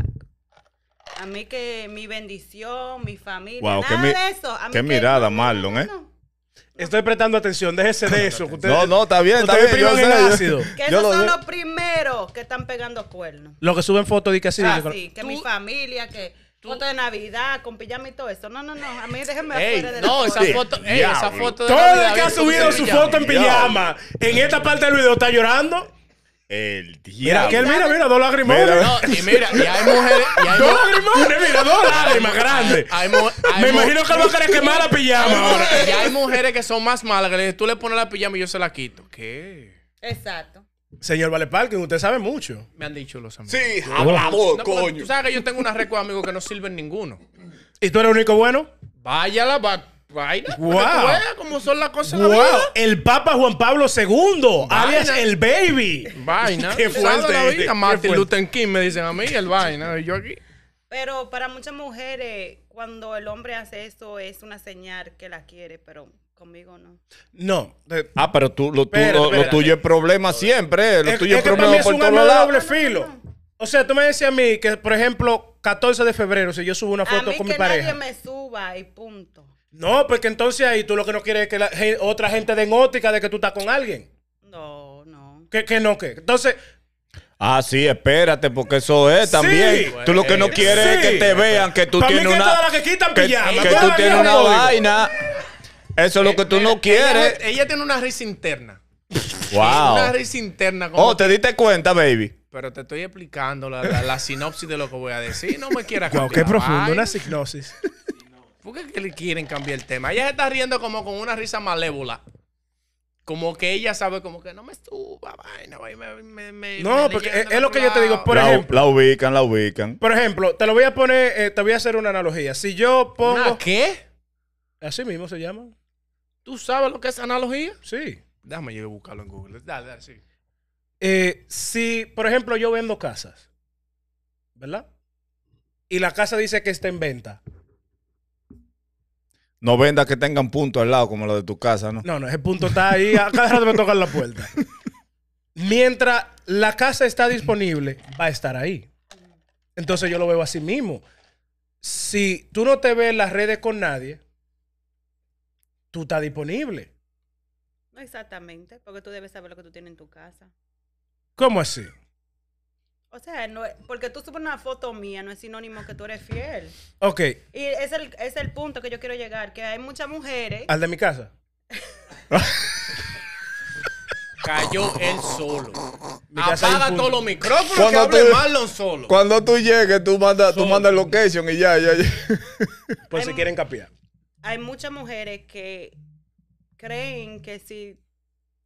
[SPEAKER 4] A mí que mi bendición, mi familia,
[SPEAKER 2] Guau,
[SPEAKER 4] nada
[SPEAKER 2] qué mi-
[SPEAKER 4] de eso. A mí
[SPEAKER 2] qué
[SPEAKER 4] que-
[SPEAKER 2] mirada,
[SPEAKER 4] no, no,
[SPEAKER 2] Marlon,
[SPEAKER 4] no,
[SPEAKER 2] ¿eh?
[SPEAKER 4] no.
[SPEAKER 1] Estoy prestando atención. Déjese de eso. que ustedes-
[SPEAKER 2] No, no, está bien, está
[SPEAKER 1] ustedes
[SPEAKER 2] bien. Yo
[SPEAKER 1] priman
[SPEAKER 2] sé,
[SPEAKER 1] el
[SPEAKER 2] yo-
[SPEAKER 1] ácido.
[SPEAKER 4] Que
[SPEAKER 2] yo
[SPEAKER 4] esos
[SPEAKER 2] lo
[SPEAKER 4] son
[SPEAKER 2] sé.
[SPEAKER 4] los primeros que están pegando cuernos.
[SPEAKER 1] Lo que suben fotos de que así.
[SPEAKER 4] Ah,
[SPEAKER 1] de que-
[SPEAKER 4] sí, que mi familia, que foto de Navidad, con pijama y todo eso. No, no, no, a mí déjenme
[SPEAKER 3] Ey,
[SPEAKER 4] afuera de la
[SPEAKER 3] no, esa
[SPEAKER 4] cosa.
[SPEAKER 3] foto. Ey, esa foto. de
[SPEAKER 1] Todo
[SPEAKER 3] Navidad,
[SPEAKER 1] el que ha
[SPEAKER 3] ¿viste?
[SPEAKER 1] subido su
[SPEAKER 3] Ya.
[SPEAKER 1] foto en pijama en esta parte del video está llorando.
[SPEAKER 2] El
[SPEAKER 1] Mira,
[SPEAKER 2] diablo.
[SPEAKER 1] aquel, mira, mira, dos lagrimones.
[SPEAKER 2] Mira.
[SPEAKER 3] No, y mira, y hay mujeres. Y hay
[SPEAKER 1] Dos
[SPEAKER 3] mu-
[SPEAKER 1] lagrimones, mira, dos lágrimas grandes.
[SPEAKER 3] Hay mu- hay
[SPEAKER 1] Me
[SPEAKER 3] mu-
[SPEAKER 1] imagino que él va a querer quemar la
[SPEAKER 3] hay
[SPEAKER 1] pijama ahora.
[SPEAKER 3] mujeres- Y hay mujeres que son más malas que le dicen, tú le pones la pijama y yo se la quito. ¿Qué?
[SPEAKER 4] Exacto.
[SPEAKER 1] Señor Vale Parkin, usted sabe mucho.
[SPEAKER 3] Me han dicho los amigos.
[SPEAKER 2] Sí, hablamos,
[SPEAKER 3] No, porque
[SPEAKER 2] coño.
[SPEAKER 3] Tú sabes que yo tengo una récord de amigos que no sirven ninguno.
[SPEAKER 1] ¿Y tú eres el único bueno?
[SPEAKER 3] Váyala, va, vaina.
[SPEAKER 1] Wow.
[SPEAKER 3] para que tú veas cómo son las cosas en la
[SPEAKER 1] ¡Wow!
[SPEAKER 3] vida.
[SPEAKER 1] El Papa Juan Pablo II, alias el Baby.
[SPEAKER 3] Vaina.
[SPEAKER 1] Qué
[SPEAKER 3] Tú sabes
[SPEAKER 1] fuerte,
[SPEAKER 3] la
[SPEAKER 1] eh,
[SPEAKER 3] vida.
[SPEAKER 1] qué
[SPEAKER 3] Martin
[SPEAKER 1] fuerte.
[SPEAKER 3] Luther King me dicen a mí, el vaina. y Yo aquí.
[SPEAKER 4] Pero para muchas mujeres, cuando el hombre hace eso, es una señal que la quiere, pero conmigo no.
[SPEAKER 1] No. eh,
[SPEAKER 2] Ah, pero tú, lo, tú-
[SPEAKER 1] Espérate,
[SPEAKER 2] lo- lo
[SPEAKER 1] espérate.
[SPEAKER 2] tuyo es problema siempre. eh. Lo
[SPEAKER 1] es,
[SPEAKER 2] tuyo
[SPEAKER 1] es
[SPEAKER 2] es
[SPEAKER 1] que para mí
[SPEAKER 2] problema
[SPEAKER 1] es
[SPEAKER 2] por
[SPEAKER 1] un arma
[SPEAKER 2] todos
[SPEAKER 1] de
[SPEAKER 2] lados.
[SPEAKER 1] doble filo. O sea, tú me decías a mí que, por ejemplo, 14 de febrero, si yo subo una
[SPEAKER 4] A
[SPEAKER 1] foto
[SPEAKER 4] mí
[SPEAKER 1] con mi
[SPEAKER 4] que
[SPEAKER 1] pareja.
[SPEAKER 4] nadie me suba y punto.
[SPEAKER 1] No, porque entonces ahí tú lo que no quieres es que la gen- otra gente den óptica de que tú estás con alguien.
[SPEAKER 4] No, no.
[SPEAKER 1] Que, que no, que. Entonces,
[SPEAKER 2] Ah, sí, espérate, porque eso es también. Tú lo que no
[SPEAKER 3] Sí.
[SPEAKER 2] quieres es que te vean que tú
[SPEAKER 1] Para mí
[SPEAKER 2] tienes
[SPEAKER 1] que
[SPEAKER 2] una.
[SPEAKER 1] todas las que quitan pijama,
[SPEAKER 2] que
[SPEAKER 1] todas
[SPEAKER 2] tú
[SPEAKER 1] las
[SPEAKER 2] tienes
[SPEAKER 1] viejas
[SPEAKER 2] una
[SPEAKER 1] lo digo.
[SPEAKER 2] vaina. Eso es lo que tú
[SPEAKER 3] Eh, Mira,
[SPEAKER 2] no quieres.
[SPEAKER 3] Ella, ella tiene una risa interna. Una
[SPEAKER 2] Wow.
[SPEAKER 3] risa interna. Como
[SPEAKER 2] Oh, te diste cuenta, baby.
[SPEAKER 3] Pero te estoy explicando la, la- la sinopsis de lo que voy a decir. No me quieras
[SPEAKER 1] Wow,
[SPEAKER 3] cambiar.
[SPEAKER 1] qué
[SPEAKER 3] la
[SPEAKER 1] profundo,
[SPEAKER 3] vaina.
[SPEAKER 1] una signosis.
[SPEAKER 3] ¿Por qué que le quieren cambiar el tema? Ella se está riendo como con una risa malévola. Como que ella sabe como que no me suba, vaina, güey, me- me- me-
[SPEAKER 1] No,
[SPEAKER 3] me
[SPEAKER 1] porque
[SPEAKER 3] leyendo
[SPEAKER 1] es- es lo
[SPEAKER 3] por
[SPEAKER 1] que yo te digo,
[SPEAKER 3] lado.
[SPEAKER 1] Por
[SPEAKER 2] la,
[SPEAKER 1] ejemplo.
[SPEAKER 2] la ubican, la ubican.
[SPEAKER 1] Por ejemplo, te lo voy a poner, eh, te voy a hacer una analogía. Si yo
[SPEAKER 3] ¿Una
[SPEAKER 1] pongo.
[SPEAKER 3] qué?
[SPEAKER 1] Así mismo se llama.
[SPEAKER 3] ¿Tú sabes lo que es analogía?
[SPEAKER 1] Sí.
[SPEAKER 3] Déjame yo buscarlo en Google. Dale, dale, sí.
[SPEAKER 1] Eh, si, por ejemplo, yo vendo casas, ¿verdad? Y la casa dice que está en venta.
[SPEAKER 2] No vendas que tengan punto al lado como lo de tu casa, ¿no?
[SPEAKER 1] No, no, ese punto está ahí. A cada rato me tocan la puerta. Mientras la casa está disponible, va a estar ahí. Entonces yo lo veo así mismo. Si tú no te ves en las redes con nadie, tú estás disponible.
[SPEAKER 4] No exactamente, porque tú debes saber lo que tú tienes en tu casa.
[SPEAKER 1] ¿Cómo así?
[SPEAKER 4] O sea, no, es- porque tú subes una foto mía, no es sinónimo que tú eres fiel.
[SPEAKER 1] Ok,
[SPEAKER 4] Y es el, es el punto que yo quiero llegar, que hay muchas mujeres.
[SPEAKER 1] al de mi casa.
[SPEAKER 3] Cayó él solo.
[SPEAKER 1] Mi casa hay un
[SPEAKER 3] Apaga
[SPEAKER 1] punto.
[SPEAKER 3] todos los micrófonos que
[SPEAKER 2] Cuando
[SPEAKER 3] hable
[SPEAKER 2] tú-
[SPEAKER 3] Marlon solo.
[SPEAKER 2] Cuando tú llegues, tú mandas tú
[SPEAKER 1] Solo.
[SPEAKER 2] mandas location y ya, ya, ya.
[SPEAKER 1] Por si
[SPEAKER 4] Hay-
[SPEAKER 1] quieren capiar.
[SPEAKER 4] hay muchas mujeres que creen que si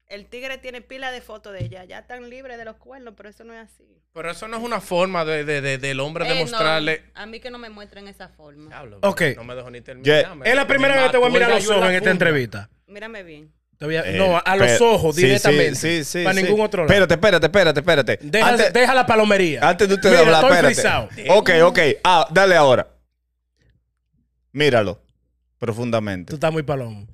[SPEAKER 4] el tigre tiene pila de fotos de ella, ya están libres de los cuernos, pero eso no es así.
[SPEAKER 3] Pero eso no es una forma de, de- de- del
[SPEAKER 4] Eh,
[SPEAKER 3] hombre de mostrarle...
[SPEAKER 4] a mí que no me muestren esa forma.
[SPEAKER 3] Diablo,
[SPEAKER 1] Ok.
[SPEAKER 3] No me dejo ni terminar.
[SPEAKER 2] Yeah.
[SPEAKER 3] me-
[SPEAKER 1] Es la
[SPEAKER 3] me
[SPEAKER 1] primera vez que te voy a
[SPEAKER 3] mató el
[SPEAKER 1] mirar a los
[SPEAKER 3] gallo
[SPEAKER 1] ojos
[SPEAKER 3] la
[SPEAKER 1] en esta
[SPEAKER 3] funda.
[SPEAKER 1] entrevista.
[SPEAKER 4] Mírame bien.
[SPEAKER 1] Te voy a-
[SPEAKER 2] Eh,
[SPEAKER 1] no, a los
[SPEAKER 2] pero-
[SPEAKER 1] ojos
[SPEAKER 2] sí,
[SPEAKER 1] directamente.
[SPEAKER 2] Sí, sí, sí.
[SPEAKER 1] Para
[SPEAKER 2] sí.
[SPEAKER 1] ningún otro lado.
[SPEAKER 2] Espérate, espérate, espérate, espérate.
[SPEAKER 1] Deja,
[SPEAKER 2] antes,
[SPEAKER 1] deja la palomería.
[SPEAKER 2] antes de usted
[SPEAKER 1] Mira,
[SPEAKER 2] hablar,
[SPEAKER 1] estoy
[SPEAKER 2] espérate.
[SPEAKER 1] frisado.
[SPEAKER 2] Ok, ok. Ah, dale ahora. Míralo profundamente.
[SPEAKER 1] Tú estás muy palomo.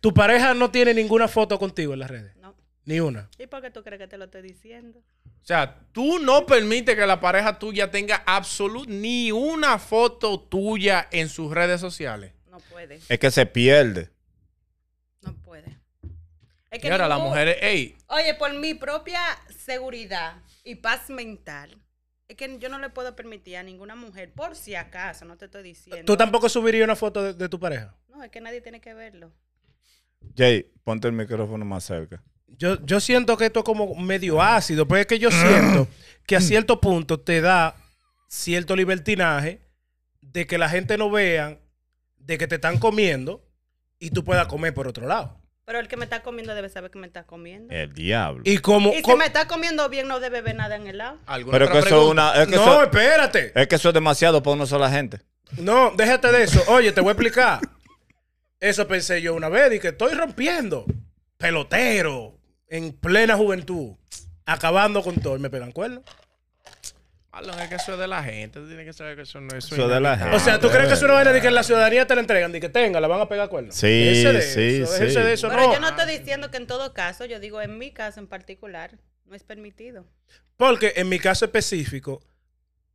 [SPEAKER 1] Tu pareja no tiene ninguna foto contigo en las redes.
[SPEAKER 4] No.
[SPEAKER 1] Ni una.
[SPEAKER 4] ¿Y por qué tú crees que te lo estoy diciendo?
[SPEAKER 3] O sea, tú no permites que la pareja tuya tenga absolut ni una foto tuya en sus redes sociales.
[SPEAKER 4] No puede,
[SPEAKER 2] Es que se pierde.
[SPEAKER 4] no puede. Es
[SPEAKER 3] Y ahora las
[SPEAKER 4] ningún-
[SPEAKER 3] mujeres, ey,
[SPEAKER 4] Oye, por mi propia seguridad y paz mental, es que yo no le puedo permitir a ninguna mujer, por si acaso, no te estoy diciendo.
[SPEAKER 1] Tú tampoco subirías una foto de, de tu pareja.
[SPEAKER 4] No, es que nadie tiene que verlo.
[SPEAKER 2] Jay, ponte el micrófono más cerca.
[SPEAKER 1] Yo, yo siento que esto es como medio ácido, pero es que yo siento que a cierto punto te da cierto libertinaje de que la gente no vea de que te están comiendo y tú puedas comer por otro lado.
[SPEAKER 4] Pero el que me está comiendo debe saber que me está comiendo.
[SPEAKER 2] El diablo.
[SPEAKER 1] Y como...
[SPEAKER 4] Y si
[SPEAKER 1] co-
[SPEAKER 4] me está comiendo bien, no debe ver nada en el lado.
[SPEAKER 3] ¿alguna
[SPEAKER 2] Pero que eso
[SPEAKER 3] otra
[SPEAKER 2] es
[SPEAKER 3] pregunta?
[SPEAKER 2] una. Es que,
[SPEAKER 1] no,
[SPEAKER 2] eso,
[SPEAKER 1] espérate.
[SPEAKER 2] es que eso es demasiado para una sola gente.
[SPEAKER 1] No, déjate de eso. Oye, te voy a explicar. Eso pensé yo una vez y que estoy rompiendo. Pelotero, en plena juventud, acabando con todo y me pegan cuernos.
[SPEAKER 3] Marlon, es que eso es de la gente. Tú tienes que saber que eso no es
[SPEAKER 2] Eso es de la
[SPEAKER 3] inevitable.
[SPEAKER 1] O sea, ¿tú
[SPEAKER 2] Ah,
[SPEAKER 1] crees que es una
[SPEAKER 2] verdad.
[SPEAKER 1] vaina de que en la ciudadanía te la entregan? De que tenga, la van a pegar cuernos.
[SPEAKER 2] Sí,
[SPEAKER 1] Déjese de
[SPEAKER 2] sí,
[SPEAKER 1] eso,
[SPEAKER 2] sí.
[SPEAKER 1] déjese de eso,
[SPEAKER 4] Pero
[SPEAKER 1] no.
[SPEAKER 4] yo no estoy diciendo que en todo caso, yo digo en mi caso en particular, no es permitido.
[SPEAKER 1] Porque en mi caso específico,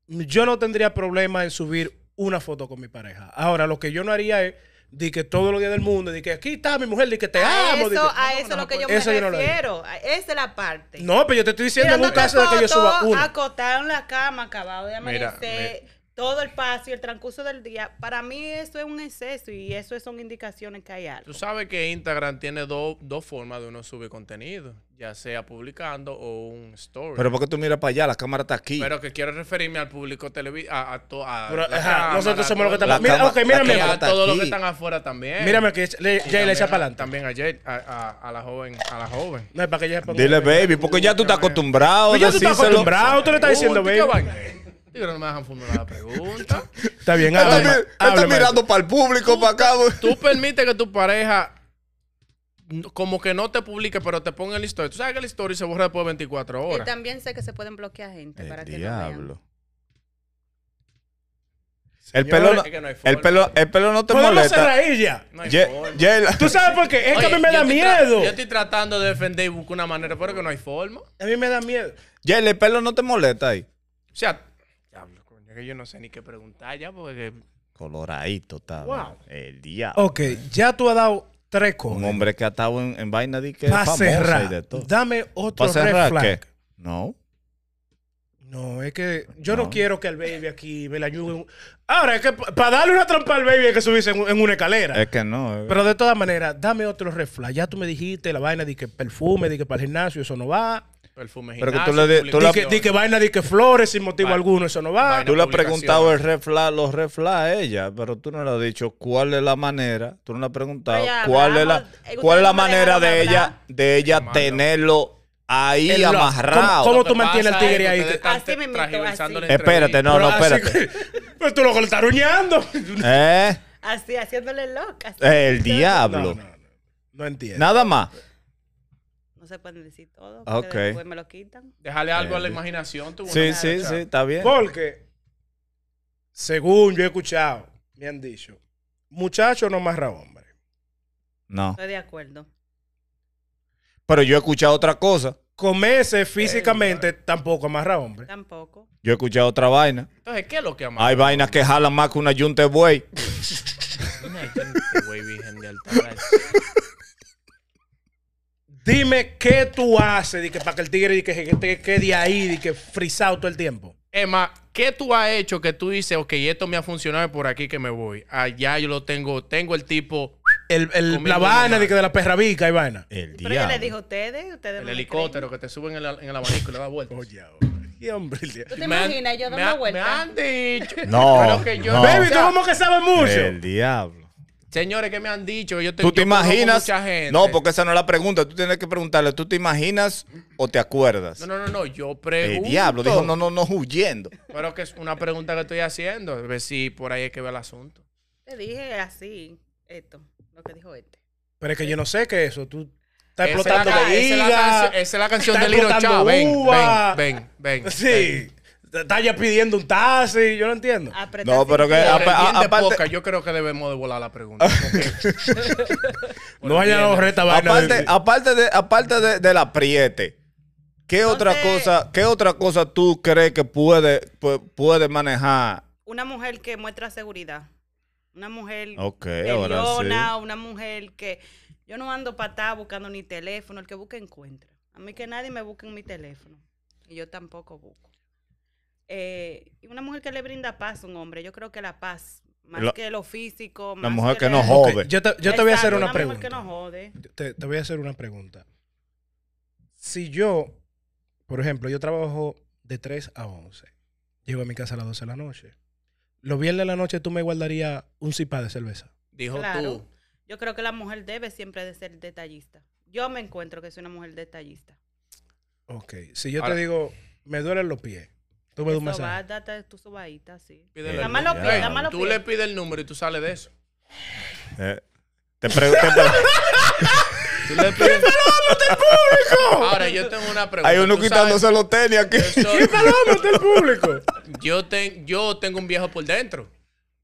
[SPEAKER 1] yo no tendría problema en subir una foto con mi pareja. Ahora, lo que yo no haría es de que todos los días del mundo, de que aquí está mi mujer, de que te
[SPEAKER 4] a
[SPEAKER 1] amo.
[SPEAKER 4] eso,
[SPEAKER 1] di que-
[SPEAKER 4] a eso es lo que yo me
[SPEAKER 1] Eso yo no lo haría.
[SPEAKER 4] refiero. A- Esa es la parte.
[SPEAKER 1] No, pero yo te estoy diciendo en un
[SPEAKER 4] Tirándote
[SPEAKER 1] caso de que yo suba
[SPEAKER 4] fotos,
[SPEAKER 1] una.
[SPEAKER 4] Acotado en la cama, acabado de
[SPEAKER 3] Mira,
[SPEAKER 4] amanecer, todo el paso y el transcurso del día. Para mí eso es un exceso y eso son indicaciones que hay algo.
[SPEAKER 3] Tú sabes que Instagram tiene dos dos formas de uno subir contenido, ya sea publicando o un story.
[SPEAKER 2] Pero porque tú miras para allá, la cámara está aquí.
[SPEAKER 3] Pero que quiero referirme al público televisivo, a, a, to- a
[SPEAKER 1] Pero,
[SPEAKER 3] la
[SPEAKER 1] ajá,
[SPEAKER 3] cámara,
[SPEAKER 1] nosotros somos los que
[SPEAKER 3] todo
[SPEAKER 1] estamos.
[SPEAKER 2] la
[SPEAKER 1] Mira,
[SPEAKER 2] cama-
[SPEAKER 1] ok, mírame.
[SPEAKER 2] la
[SPEAKER 3] Y
[SPEAKER 2] cama
[SPEAKER 3] a
[SPEAKER 2] está
[SPEAKER 3] todos los
[SPEAKER 2] aquí.
[SPEAKER 3] que están afuera también.
[SPEAKER 1] Mírame que le,
[SPEAKER 3] Y
[SPEAKER 1] Jay le echa
[SPEAKER 3] también
[SPEAKER 1] para
[SPEAKER 3] a-
[SPEAKER 1] adelante.
[SPEAKER 3] También a, Jay- a, a- a la joven, a la joven.
[SPEAKER 1] No es para que ella se ponga.
[SPEAKER 2] Dile, baby, porque ya tú estás acostumbrado.
[SPEAKER 1] Pues ya tú estás
[SPEAKER 2] decírselo.
[SPEAKER 1] acostumbrado, tú le estás diciendo,
[SPEAKER 3] Pregunta, ¿qué
[SPEAKER 1] baby.
[SPEAKER 3] vaina? Yo no me dejan formular la pregunta.
[SPEAKER 1] Está bien,
[SPEAKER 2] Él está,
[SPEAKER 1] habla.
[SPEAKER 2] mi-
[SPEAKER 1] ma-
[SPEAKER 2] él está
[SPEAKER 1] habla,
[SPEAKER 2] mirando para el público, para acá. güey.
[SPEAKER 3] Tú permites que tu pareja n- como que no te publique, pero te ponga en la historia. Tú sabes que la historia se borra después de 24
[SPEAKER 4] Y
[SPEAKER 3] horas.
[SPEAKER 4] también sé que se pueden bloquear gente para
[SPEAKER 2] El
[SPEAKER 4] que no vean.
[SPEAKER 2] diablo. El
[SPEAKER 3] Señores,
[SPEAKER 2] pelo, no,
[SPEAKER 3] es que no hay
[SPEAKER 2] el,
[SPEAKER 3] forma.
[SPEAKER 2] pelo, el pelo no te
[SPEAKER 1] maestro. Podemos
[SPEAKER 2] molesta.
[SPEAKER 1] cerrar ella.
[SPEAKER 3] No hay
[SPEAKER 2] Ye-
[SPEAKER 3] forma.
[SPEAKER 2] Yela-
[SPEAKER 1] ¿Tú sabes por qué? Es que a
[SPEAKER 3] Oye,
[SPEAKER 1] mí me
[SPEAKER 3] yo
[SPEAKER 1] da
[SPEAKER 3] estoy tra-
[SPEAKER 1] miedo.
[SPEAKER 3] Yo estoy tratando de defender y buscar una manera, pero que no hay forma. O
[SPEAKER 1] A mí me da miedo.
[SPEAKER 2] Yela, el pelo no te molesta ahí.
[SPEAKER 3] sea, diablo, coño, que yo no sé ni qué preguntar ya, porque
[SPEAKER 2] Coloradito está.
[SPEAKER 1] Wow.
[SPEAKER 2] El diablo.
[SPEAKER 1] Ok, ya tú has dado tres
[SPEAKER 2] Un
[SPEAKER 1] cosas.
[SPEAKER 2] hombre que ha estado en, en vaina de que es
[SPEAKER 1] Para
[SPEAKER 2] famosa y
[SPEAKER 1] cerrar.
[SPEAKER 2] de todo.
[SPEAKER 1] Dame otro
[SPEAKER 2] ¿Para
[SPEAKER 1] red
[SPEAKER 2] cerrar
[SPEAKER 1] flag.
[SPEAKER 2] qué? No.
[SPEAKER 1] No, es que yo no, quiero que al baby aquí me la ayude. Ahora, es que para darle una trampa al baby hay que subirse en, en una escalera.
[SPEAKER 2] Es que no. eh.
[SPEAKER 1] Pero de todas maneras, dame otro red flag. Ya tú me dijiste la vaina de que perfume, de que para el gimnasio, eso no va.
[SPEAKER 3] Perfume
[SPEAKER 2] Pero que tú
[SPEAKER 3] gimnasio,
[SPEAKER 2] le de- tú
[SPEAKER 1] Di
[SPEAKER 2] la-
[SPEAKER 1] que, di que vaina de que flores sin motivo
[SPEAKER 3] Vaina.
[SPEAKER 1] alguno, eso no va.
[SPEAKER 3] Vaina.
[SPEAKER 2] tú le has
[SPEAKER 3] publicación.
[SPEAKER 2] preguntado el red flag, los red flag a ella, pero tú no le has dicho cuál es la manera, tú no le has preguntado
[SPEAKER 4] Pero ya
[SPEAKER 2] cuál es la,
[SPEAKER 4] hablamos, eh,
[SPEAKER 2] cuál es la
[SPEAKER 4] ustedes no me
[SPEAKER 2] manera
[SPEAKER 4] dejaron
[SPEAKER 2] de ella,
[SPEAKER 4] hablar.
[SPEAKER 2] de ella
[SPEAKER 3] Hermano.
[SPEAKER 2] tenerlo ahí
[SPEAKER 1] El lock.
[SPEAKER 2] amarrado.
[SPEAKER 1] ¿Cómo
[SPEAKER 3] Lo
[SPEAKER 1] tú
[SPEAKER 3] que
[SPEAKER 1] mantienes
[SPEAKER 3] pasa
[SPEAKER 1] al tigre
[SPEAKER 3] es que
[SPEAKER 1] ahí?
[SPEAKER 3] ustedes están
[SPEAKER 4] Así mismito,
[SPEAKER 3] tergiversando la
[SPEAKER 4] así.
[SPEAKER 2] Espérate, no,
[SPEAKER 1] Pero
[SPEAKER 2] no,
[SPEAKER 1] así
[SPEAKER 2] espérate.
[SPEAKER 1] que- Pero tú lo estás aruñando.
[SPEAKER 2] ¿Eh?
[SPEAKER 4] Así, haciéndole loca. así.
[SPEAKER 2] El
[SPEAKER 1] No, no,
[SPEAKER 2] diablo.
[SPEAKER 1] no. No entiendo.
[SPEAKER 2] Nada más.
[SPEAKER 4] No se pueden decir todo.
[SPEAKER 2] Ah,
[SPEAKER 4] Porque
[SPEAKER 2] ok.
[SPEAKER 4] Después me lo quitan.
[SPEAKER 3] Déjale algo a la imaginación. Tú,
[SPEAKER 2] Eh, Sí,
[SPEAKER 3] bueno,
[SPEAKER 2] sí,
[SPEAKER 3] o sea,
[SPEAKER 2] sí, está bien.
[SPEAKER 1] Porque, según yo he escuchado, me han dicho, muchacho no amarra hombre.
[SPEAKER 2] No.
[SPEAKER 4] Estoy de acuerdo.
[SPEAKER 2] Pero yo he escuchado otra cosa.
[SPEAKER 1] Comerse físicamente tampoco amarra hombre.
[SPEAKER 4] Tampoco.
[SPEAKER 2] Yo he escuchado otra vaina.
[SPEAKER 3] Entonces, ¿qué es lo que amamos?
[SPEAKER 2] Hay vainas que jalan más que una yunta de buey.
[SPEAKER 3] Una gente, güey, virgen de Altagracia.
[SPEAKER 1] Dime qué tú haces di que, para que el tigre di que, que te quede ahí, di que frisado todo el tiempo.
[SPEAKER 3] Emma, ¿qué tú has hecho que tú dices, ok, esto me ha funcionado y por aquí que me voy? Allá yo lo tengo, tengo el tipo,
[SPEAKER 1] El, el-
[SPEAKER 3] Conmigo
[SPEAKER 1] la vaina
[SPEAKER 3] no
[SPEAKER 1] di que de la perrabica y vaina.
[SPEAKER 2] El
[SPEAKER 4] Pero yo
[SPEAKER 2] diablo.
[SPEAKER 4] le dije a ustedes. ustedes no
[SPEAKER 3] el
[SPEAKER 4] me
[SPEAKER 3] helicóptero que te suben en, la- en el abanico y le da vuelta.
[SPEAKER 1] Oye, ahora, qué hombre. el día-
[SPEAKER 4] creen. ¿Tú te
[SPEAKER 3] Me han-
[SPEAKER 4] imaginas?
[SPEAKER 3] me
[SPEAKER 4] Yo dando
[SPEAKER 3] ha-
[SPEAKER 4] una vuelta.
[SPEAKER 3] Me han dicho.
[SPEAKER 2] No,
[SPEAKER 3] Pero que yo-
[SPEAKER 2] no.
[SPEAKER 1] Baby, tú
[SPEAKER 3] O sea,
[SPEAKER 1] como que sabes mucho.
[SPEAKER 2] El diablo.
[SPEAKER 3] Señores, ¿qué me han dicho? Yo te,
[SPEAKER 2] ¿Tú
[SPEAKER 3] yo
[SPEAKER 2] te
[SPEAKER 3] conozco
[SPEAKER 2] imaginas?
[SPEAKER 3] Mucha gente.
[SPEAKER 2] No, porque esa no es la pregunta. Tú tienes que preguntarle, ¿tú te imaginas o te acuerdas?
[SPEAKER 3] No, no, no, no, yo
[SPEAKER 2] el
[SPEAKER 3] pregunto.
[SPEAKER 2] Eh, diablo dijo, no, no, no, huyendo.
[SPEAKER 3] Pero que es una pregunta que estoy haciendo. A ver si por ahí es que ve el asunto.
[SPEAKER 4] Te dije así. Esto. Lo que dijo este.
[SPEAKER 1] Pero es que yo no sé qué es eso. Tú estás
[SPEAKER 3] Esa es la
[SPEAKER 1] explotando
[SPEAKER 3] ca- esa es la
[SPEAKER 1] vejiga,
[SPEAKER 3] canción- esa es la canción
[SPEAKER 1] estás
[SPEAKER 3] de Lilo
[SPEAKER 1] explotando
[SPEAKER 3] Chá. Ven,
[SPEAKER 1] uva.
[SPEAKER 3] ven, ven, ven.
[SPEAKER 2] Eh,
[SPEAKER 3] ven.
[SPEAKER 1] Sí. Estás ya pidiendo un taxi. Yo no entiendo.
[SPEAKER 4] Apretar
[SPEAKER 2] No, pero
[SPEAKER 4] sin
[SPEAKER 2] que
[SPEAKER 4] querer.
[SPEAKER 3] Por el
[SPEAKER 2] apa- a-
[SPEAKER 3] bien de
[SPEAKER 2] aparte-
[SPEAKER 3] poca, yo creo que debemos de volar la pregunta.
[SPEAKER 1] No vayan a borrar esta vaina.
[SPEAKER 3] eh,
[SPEAKER 2] Aparte, aparte, de, aparte de, del apriete, ¿qué otra,
[SPEAKER 4] Entonces-
[SPEAKER 2] cosa, ¿qué otra cosa tú crees que puede, pu- puede manejar?
[SPEAKER 4] Una mujer que muestra seguridad. Una mujer
[SPEAKER 2] Ok, ahora
[SPEAKER 4] peleona,
[SPEAKER 2] sí.
[SPEAKER 4] una mujer que yo no ando para estar buscando ni teléfono, el que busca encuentra. A mí que nadie me busque en mi teléfono y yo tampoco busco. Eh, y una mujer que le brinda paz a un hombre, yo creo que la paz, más
[SPEAKER 2] La-
[SPEAKER 4] que lo físico, más
[SPEAKER 2] La mujer que
[SPEAKER 4] la-
[SPEAKER 2] no
[SPEAKER 1] Ok,
[SPEAKER 2] jode.
[SPEAKER 1] yo te, yo te voy a hacer
[SPEAKER 4] Exacto,
[SPEAKER 1] una
[SPEAKER 4] mujer que
[SPEAKER 1] pregunta.
[SPEAKER 4] no jode.
[SPEAKER 1] te, te voy a hacer una pregunta. Si yo, por ejemplo, yo trabajo de 3 a 11, llego a mi casa a las 12 de la noche. Los viernes de la noche tú me guardarías un cipá de cerveza.
[SPEAKER 3] Dijo
[SPEAKER 4] Claro.
[SPEAKER 3] tú.
[SPEAKER 4] Yo creo que la mujer debe siempre de ser detallista. Yo me encuentro que soy una mujer detallista.
[SPEAKER 1] Ok, si yo
[SPEAKER 3] Ahora-
[SPEAKER 1] te digo, me duelen los pies, tú me das un
[SPEAKER 4] Eso va,
[SPEAKER 1] masaje.
[SPEAKER 4] date tu sobadita, sí.
[SPEAKER 3] Pídele
[SPEAKER 2] Nada
[SPEAKER 3] el
[SPEAKER 2] más lo
[SPEAKER 3] número.
[SPEAKER 2] pide, nada
[SPEAKER 4] más lo
[SPEAKER 3] Tú
[SPEAKER 4] pide.
[SPEAKER 3] le pides el número y tú sales de eso.
[SPEAKER 2] Eh, te pre- te pre-
[SPEAKER 3] Tú le pides. Ahora, yo tengo una pregunta.
[SPEAKER 2] hay uno
[SPEAKER 3] Tú
[SPEAKER 2] quitándose los tenis aquí.
[SPEAKER 3] sabes, yo soy-
[SPEAKER 1] ¡Vamos del público!
[SPEAKER 3] yo, ten- yo tengo un viejo por dentro.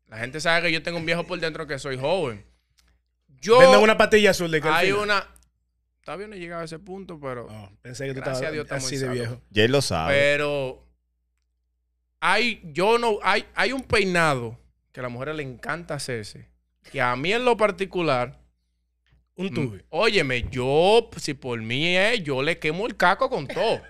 [SPEAKER 3] La gente sabe que yo tengo un viejo por dentro que soy joven. Yo.
[SPEAKER 1] Venden una pastilla azul de que al
[SPEAKER 3] hay
[SPEAKER 1] final-
[SPEAKER 3] una. Todavía no he llegado a ese punto, pero.
[SPEAKER 1] Oh, pensé que tú
[SPEAKER 3] Gracias
[SPEAKER 1] estabas
[SPEAKER 3] a Dios estamos
[SPEAKER 1] así
[SPEAKER 3] en
[SPEAKER 1] de
[SPEAKER 3] salud.
[SPEAKER 1] viejo.
[SPEAKER 2] Jay lo sabe.
[SPEAKER 3] Pero hay, yo no, hay, hay un peinado que a las mujeres le encanta hacerse. Que a mí en lo particular, Mm.
[SPEAKER 1] Un tubi.
[SPEAKER 3] óyeme, yo, si por mí es, yo le quemo el caco con todo.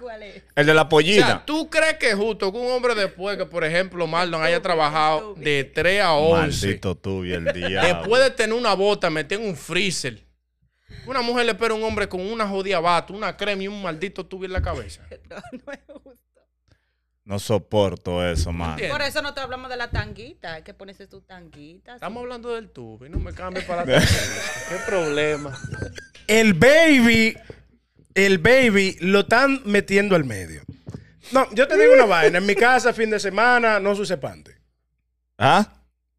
[SPEAKER 4] ¿Cuál es?
[SPEAKER 2] El de la
[SPEAKER 3] O
[SPEAKER 2] pollina.
[SPEAKER 3] sea, ¿tú crees que es justo que un hombre después que, por ejemplo, Marlon haya
[SPEAKER 4] Estúpido,
[SPEAKER 3] trabajado
[SPEAKER 4] estúpido.
[SPEAKER 3] de 3 a 11,
[SPEAKER 2] Maldito tú y el diablo.
[SPEAKER 3] después de tener una bota, meter en un freezer? Una mujer le espera a un hombre con una jodida bata, una crema y un maldito tubo en la cabeza.
[SPEAKER 4] No, no es justo.
[SPEAKER 2] No soporto eso, man.
[SPEAKER 3] entiendes?
[SPEAKER 4] Por eso no te hablamos de la tanguita. Hay que ponerse tu tanguita. así.
[SPEAKER 3] Estamos hablando del tubo y no me cambies para la tarjeta. ¿Qué problema?
[SPEAKER 1] El baby, el baby lo están metiendo al medio. No, yo te digo una vaina. En mi casa, fin de semana, no se use panty.
[SPEAKER 2] ¿Ah?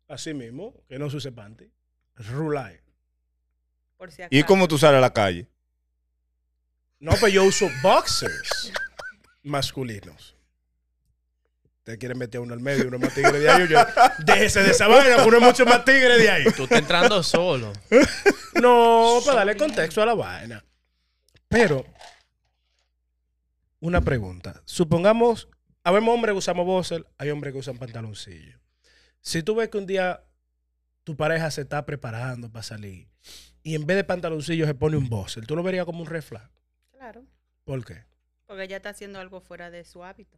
[SPEAKER 1] Así mismo, que no se use panty. Rulay.
[SPEAKER 4] Por si
[SPEAKER 2] ¿Y
[SPEAKER 4] acaso.
[SPEAKER 2] cómo tú sales a la calle?
[SPEAKER 1] No, pero yo uso boxers masculinos. Ustedes quieren meter uno al medio, uno más tigre de ahí. Yo, déjese de esa vaina, que uno es mucho más tigre de ahí.
[SPEAKER 3] Tú estás entrando solo.
[SPEAKER 1] No, para darle contexto a la vaina. Pero, una pregunta. Supongamos, habemos hombres que usamos boxer, hay hombres que usan pantaloncillo. Si tú ves que un día tu pareja se está preparando para salir y en vez de pantaloncillo se pone un boxer, ¿tú lo verías como un reflag?
[SPEAKER 4] Claro.
[SPEAKER 1] ¿Por qué?
[SPEAKER 4] Porque ella está haciendo algo fuera de su hábito.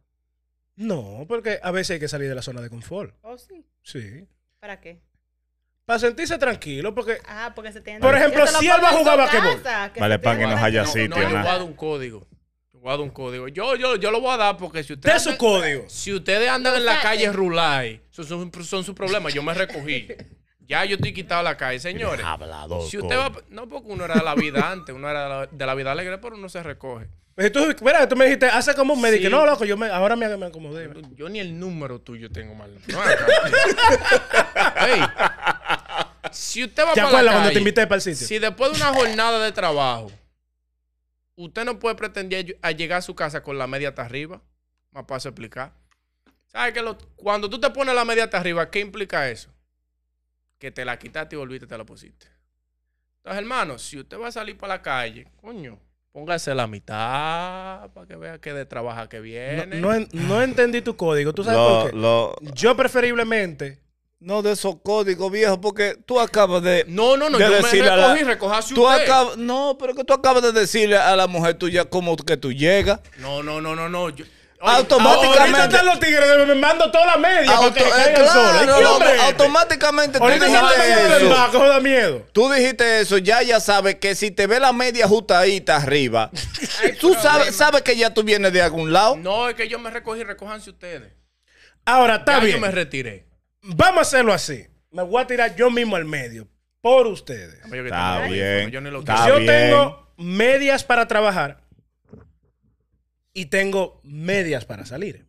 [SPEAKER 1] No, porque a veces hay que salir de la zona de confort.
[SPEAKER 4] ¿O ¿Oh, sí?
[SPEAKER 1] Sí.
[SPEAKER 4] ¿Para qué?
[SPEAKER 1] Para sentirse tranquilo, porque
[SPEAKER 4] Ah, porque se tiene
[SPEAKER 1] Por ejemplo, si él va a jugar basquetbol.
[SPEAKER 2] Vale, pan que
[SPEAKER 4] no
[SPEAKER 2] nos haya
[SPEAKER 3] no,
[SPEAKER 2] sitio,
[SPEAKER 3] no, yo
[SPEAKER 2] ¿no?
[SPEAKER 3] voy a dar un código. Yo voy a dar un código. Yo, yo, yo lo voy a dar porque si
[SPEAKER 1] de
[SPEAKER 3] ustedes.
[SPEAKER 1] su
[SPEAKER 3] andan-
[SPEAKER 1] código.
[SPEAKER 3] Si ustedes andan en la
[SPEAKER 4] Ustedes.
[SPEAKER 3] calle Rulay, son, son, son sus problemas. Yo me recogí. Ya yo estoy quitado de la calle, señores.
[SPEAKER 2] Ah, Hablador.
[SPEAKER 3] Si usted va. No, porque uno era de la vida antes, uno era de la, de la vida alegre, pero uno se recoge.
[SPEAKER 1] Pues tú, mira, tú me dijiste, hace como un médico.
[SPEAKER 3] Sí.
[SPEAKER 1] No, loco, yo me, ahora me, me acomodé.
[SPEAKER 3] Yo ni el número tuyo tengo mal. No, acá. Ey, si usted va
[SPEAKER 1] ¿Te
[SPEAKER 3] para
[SPEAKER 1] acuerdas
[SPEAKER 3] la
[SPEAKER 1] cuando te
[SPEAKER 3] calle,
[SPEAKER 1] invité para el sitio?
[SPEAKER 3] si después de una jornada de trabajo, usted no puede pretender ll- a llegar a su casa con la media hasta arriba, más paso a explicar. ¿Sabes que lo- cuando tú te pones la media hasta arriba, ¿qué implica eso? Que te la quitaste y volviste y te la pusiste. Entonces, hermano, si usted va a salir para la calle, coño, póngase la mitad para que vea que de trabaja que
[SPEAKER 1] No,
[SPEAKER 3] viene.
[SPEAKER 1] no en- no entendí tu código. ¿Tú sabes por
[SPEAKER 2] Lo,
[SPEAKER 1] qué?
[SPEAKER 2] lo,
[SPEAKER 1] Yo preferiblemente.
[SPEAKER 2] no de esos códigos viejos, porque tú acabas de.
[SPEAKER 3] No, no, no,
[SPEAKER 2] de
[SPEAKER 3] yo me
[SPEAKER 2] decirle a la-
[SPEAKER 3] recogí, recojase
[SPEAKER 2] Tú
[SPEAKER 3] usted.
[SPEAKER 2] acabas, no, pero que tú acabas de decirle a la mujer tuya como que tú llegas.
[SPEAKER 3] No, no, no, no, no. yo-
[SPEAKER 2] Automáticamente.
[SPEAKER 1] Ahorita están los tigres me- me mando toda la media para que
[SPEAKER 2] Auto- eh,
[SPEAKER 1] caigan solos. ¿Y
[SPEAKER 2] claro,
[SPEAKER 1] qué
[SPEAKER 2] loco,
[SPEAKER 1] hombre es este?
[SPEAKER 2] automáticamente tú
[SPEAKER 1] Ahorita están la media
[SPEAKER 2] dijiste
[SPEAKER 1] del
[SPEAKER 2] eso.
[SPEAKER 1] barco, da miedo.
[SPEAKER 2] Tú dijiste eso, ya ya sabes que si te ve la media ajustadita arriba, tú sabes, sabes que ya tú vienes de algún lado.
[SPEAKER 3] No, es que yo me recogí, recójanse ustedes.
[SPEAKER 1] Ahora, está
[SPEAKER 3] Ya
[SPEAKER 1] bien.
[SPEAKER 3] yo me retiré.
[SPEAKER 1] Vamos a hacerlo así. Me voy a tirar yo mismo al medio. Por ustedes.
[SPEAKER 3] Yo que
[SPEAKER 2] Está
[SPEAKER 3] tengo
[SPEAKER 2] bien,
[SPEAKER 3] teléfono, Yo ni lo
[SPEAKER 2] está
[SPEAKER 3] quiero.
[SPEAKER 1] yo
[SPEAKER 2] Ah, bien.
[SPEAKER 1] tengo medias para trabajar y tengo medias para salir.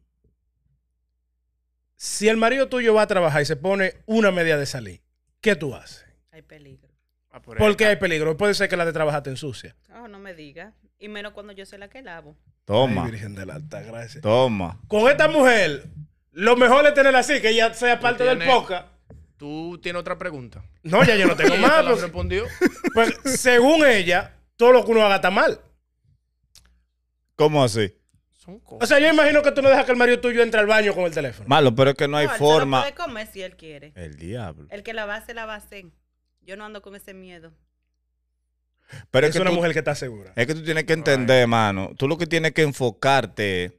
[SPEAKER 1] Si el marido tuyo va a trabajar y se pone una media de salir, ¿qué tú haces?
[SPEAKER 4] Hay peligro.
[SPEAKER 3] Ah, por ahí.
[SPEAKER 1] Porque hay peligro. Puede ser que la de trabajar te ensucia.
[SPEAKER 4] Oh, no me diga. Y menos cuando yo soy la que lavo.
[SPEAKER 1] Ay,
[SPEAKER 2] Toma,
[SPEAKER 1] Virgen de la Altagracia.
[SPEAKER 2] toma.
[SPEAKER 1] Con esta mujer, lo mejor es tenerla así, que ella sea parte del
[SPEAKER 3] tienes-
[SPEAKER 1] podcast.
[SPEAKER 3] Tú tienes otra pregunta.
[SPEAKER 1] No, ya yo no tengo
[SPEAKER 3] Ella te
[SPEAKER 1] más. pues.
[SPEAKER 3] la
[SPEAKER 1] porque-
[SPEAKER 3] respondió.
[SPEAKER 1] pues, según ella, todo lo que uno haga está mal.
[SPEAKER 2] ¿Cómo así?
[SPEAKER 3] Son
[SPEAKER 1] O
[SPEAKER 3] cosas.
[SPEAKER 1] sea, yo imagino que tú no dejas que el marido tuyo entre al baño con el teléfono.
[SPEAKER 2] Malo, pero es que no hay
[SPEAKER 4] No, él se lo
[SPEAKER 2] forma.
[SPEAKER 4] puede comer si él quiere.
[SPEAKER 2] El diablo.
[SPEAKER 4] El que la va a hacer, la va a hacer. Yo no ando con ese miedo.
[SPEAKER 2] Pero es
[SPEAKER 1] es
[SPEAKER 2] que,
[SPEAKER 1] una
[SPEAKER 2] tú,
[SPEAKER 1] mujer que está segura.
[SPEAKER 2] es que tú tienes que entender, mano. Tú lo que tienes que enfocarte es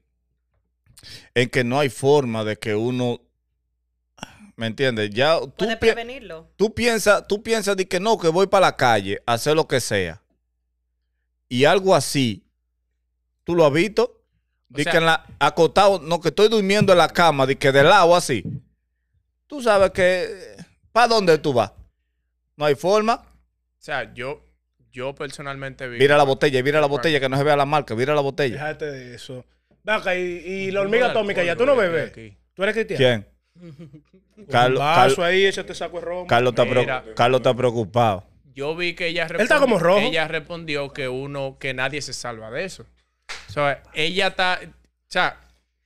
[SPEAKER 2] en que no hay forma de que uno. ¿Me entiendes? Ya tú,
[SPEAKER 4] Puede
[SPEAKER 2] pi-
[SPEAKER 4] prevenirlo.
[SPEAKER 2] tú piensas tú piensas de que no, que voy para la calle, a hacer lo que sea. Y algo así, tú lo has visto. De
[SPEAKER 3] sea-
[SPEAKER 2] que en la, acotado, no, que estoy durmiendo en la cama, de que de lado así. Tú sabes que. ¿Para dónde tú vas? No hay forma.
[SPEAKER 3] O sea, yo, yo personalmente vi.
[SPEAKER 2] Vira la botella, vira la botella, que no se vea la marca, vira la botella.
[SPEAKER 1] Déjate de eso. Ven acá, y, y la hormiga atómica ya tú no bebes.
[SPEAKER 3] Aquí.
[SPEAKER 1] Tú eres cristiano.
[SPEAKER 2] ¿Quién?
[SPEAKER 1] Carlos,
[SPEAKER 2] Carlos, Carlos,
[SPEAKER 1] ahí, échate saco de romo.
[SPEAKER 2] Carlos está
[SPEAKER 3] Mira.
[SPEAKER 2] preo- Carlos está preocupado.
[SPEAKER 3] Yo vi que ella
[SPEAKER 1] está como rojo.
[SPEAKER 3] Ella respondió que uno, que nadie se salva de eso. O sea, ella está. O sea,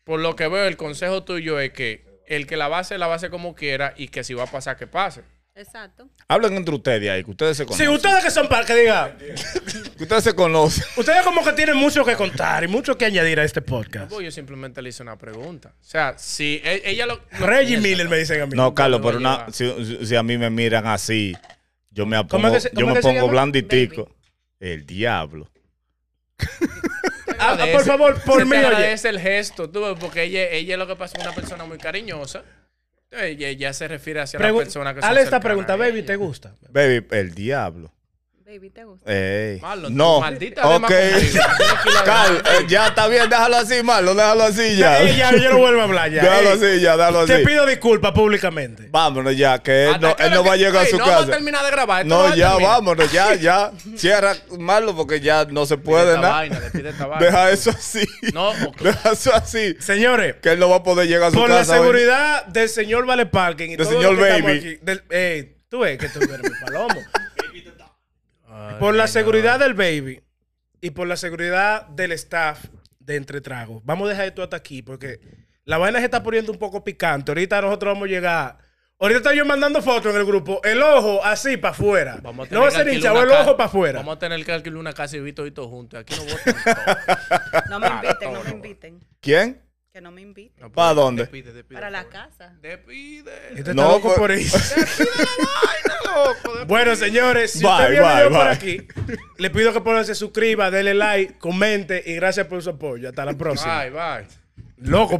[SPEAKER 3] por lo que veo, el consejo tuyo es que el que la va a hacer, la va a hacer como quiera y que si va a pasar, que pase.
[SPEAKER 4] Exacto.
[SPEAKER 2] Hablen entre ustedes ahí, que ustedes se
[SPEAKER 1] Si
[SPEAKER 2] conocen.
[SPEAKER 1] ustedes que son para que diga,
[SPEAKER 2] Que ustedes se conocen.
[SPEAKER 1] ustedes como que tienen mucho que contar y mucho que añadir a este podcast.
[SPEAKER 3] Pues yo simplemente le hice una pregunta. O sea, si e- ella lo. lo-
[SPEAKER 1] Reggie Miller me dicen a mí. Ah,
[SPEAKER 2] No, Carlos, pero
[SPEAKER 3] voy a
[SPEAKER 2] una, si, si- si a mí me miran así, yo me
[SPEAKER 1] ¿Cómo
[SPEAKER 2] pongo,
[SPEAKER 1] es que se-
[SPEAKER 2] yo
[SPEAKER 1] cómo
[SPEAKER 2] me
[SPEAKER 1] es que se
[SPEAKER 2] pongo
[SPEAKER 1] llama?
[SPEAKER 2] blanditico. El diablo.
[SPEAKER 1] Ah, ah, por
[SPEAKER 3] Agradece-
[SPEAKER 1] favor,
[SPEAKER 3] se
[SPEAKER 1] por mí,
[SPEAKER 3] te
[SPEAKER 1] oye.
[SPEAKER 3] agradece el gesto, tú, ves, porque ella, ella es lo que pasa, es una persona muy cariñosa. Ella, ella se refiere hacia la
[SPEAKER 1] Pregun-
[SPEAKER 3] persona que se
[SPEAKER 1] Hale esta pregunta, baby, ¿te gusta?
[SPEAKER 2] Baby, el diablo.
[SPEAKER 4] Baby, ¿te gusta?
[SPEAKER 2] Ey.
[SPEAKER 3] Malo,
[SPEAKER 2] no.
[SPEAKER 3] no. Maldita
[SPEAKER 2] ok. Carlos, eh, ya está bien, déjalo así, Marlo, déjalo así ya.
[SPEAKER 1] Ey, ya, yo no vuelvo a hablar ya.
[SPEAKER 2] déjalo
[SPEAKER 1] Ey,
[SPEAKER 2] así ya, déjalo así.
[SPEAKER 1] Te pido disculpas públicamente.
[SPEAKER 2] Vámonos ya, que él eh, no, él no va a llegar a su
[SPEAKER 3] no No va a
[SPEAKER 2] casa.
[SPEAKER 3] terminar de grabar. esto va
[SPEAKER 2] No,
[SPEAKER 3] a
[SPEAKER 2] ya,
[SPEAKER 3] terminar.
[SPEAKER 2] vámonos, ya, ya. Cierra, Marlo, porque ya no se
[SPEAKER 3] Despide
[SPEAKER 2] puede
[SPEAKER 3] esta
[SPEAKER 2] nada.
[SPEAKER 3] vaina, despide esta vaina.
[SPEAKER 2] Deja eso así.
[SPEAKER 3] No, ok.
[SPEAKER 2] Deja eso así.
[SPEAKER 1] Señores,
[SPEAKER 2] Que él no va a poder llegar a su
[SPEAKER 1] por la
[SPEAKER 2] casa. hoy.
[SPEAKER 1] seguridad del señor Vale Parking y
[SPEAKER 2] Del
[SPEAKER 1] todo lo
[SPEAKER 2] señor
[SPEAKER 1] que estamos
[SPEAKER 2] Baby.
[SPEAKER 1] aquí, del- ey, tú ves que tú eres mi palomo.
[SPEAKER 3] Ay,
[SPEAKER 1] Por la
[SPEAKER 3] no.
[SPEAKER 1] seguridad del baby y por la seguridad del staff de Entre Tragos, vamos a dejar esto hasta aquí porque la vaina se está poniendo un poco picante. Ahorita nosotros vamos a llegar. Ahorita estoy yo mandando fotos en el grupo. El ojo así para afuera.
[SPEAKER 3] Vamos a
[SPEAKER 1] No va a
[SPEAKER 3] tener que
[SPEAKER 1] ser
[SPEAKER 3] alquilar
[SPEAKER 1] hinchado,
[SPEAKER 3] una
[SPEAKER 1] el
[SPEAKER 3] ca-
[SPEAKER 1] ojo para afuera.
[SPEAKER 3] Vamos a tener que alquilar una casa y vivir todo y todo junto. Aquí no votan.
[SPEAKER 4] No me inviten, Ah, no me inviten.
[SPEAKER 2] ¿Quién?
[SPEAKER 4] Que no me inviten.
[SPEAKER 3] No,
[SPEAKER 2] ¿Para dónde?
[SPEAKER 3] Despide, despide.
[SPEAKER 4] Para
[SPEAKER 3] por
[SPEAKER 4] la
[SPEAKER 3] favor.
[SPEAKER 4] casa.
[SPEAKER 3] Despide.
[SPEAKER 1] Este está
[SPEAKER 2] No,
[SPEAKER 1] loco
[SPEAKER 2] pues-
[SPEAKER 1] por ahí.
[SPEAKER 3] loco,
[SPEAKER 1] Bueno, señores, si
[SPEAKER 2] Bye,
[SPEAKER 1] usted vio el
[SPEAKER 2] bye,
[SPEAKER 1] video por
[SPEAKER 2] bye.
[SPEAKER 1] aquí, le pido que por se suscriba, denle like, comente y gracias por su apoyo. Hasta la próxima.
[SPEAKER 3] Bye, bye.
[SPEAKER 1] Loco.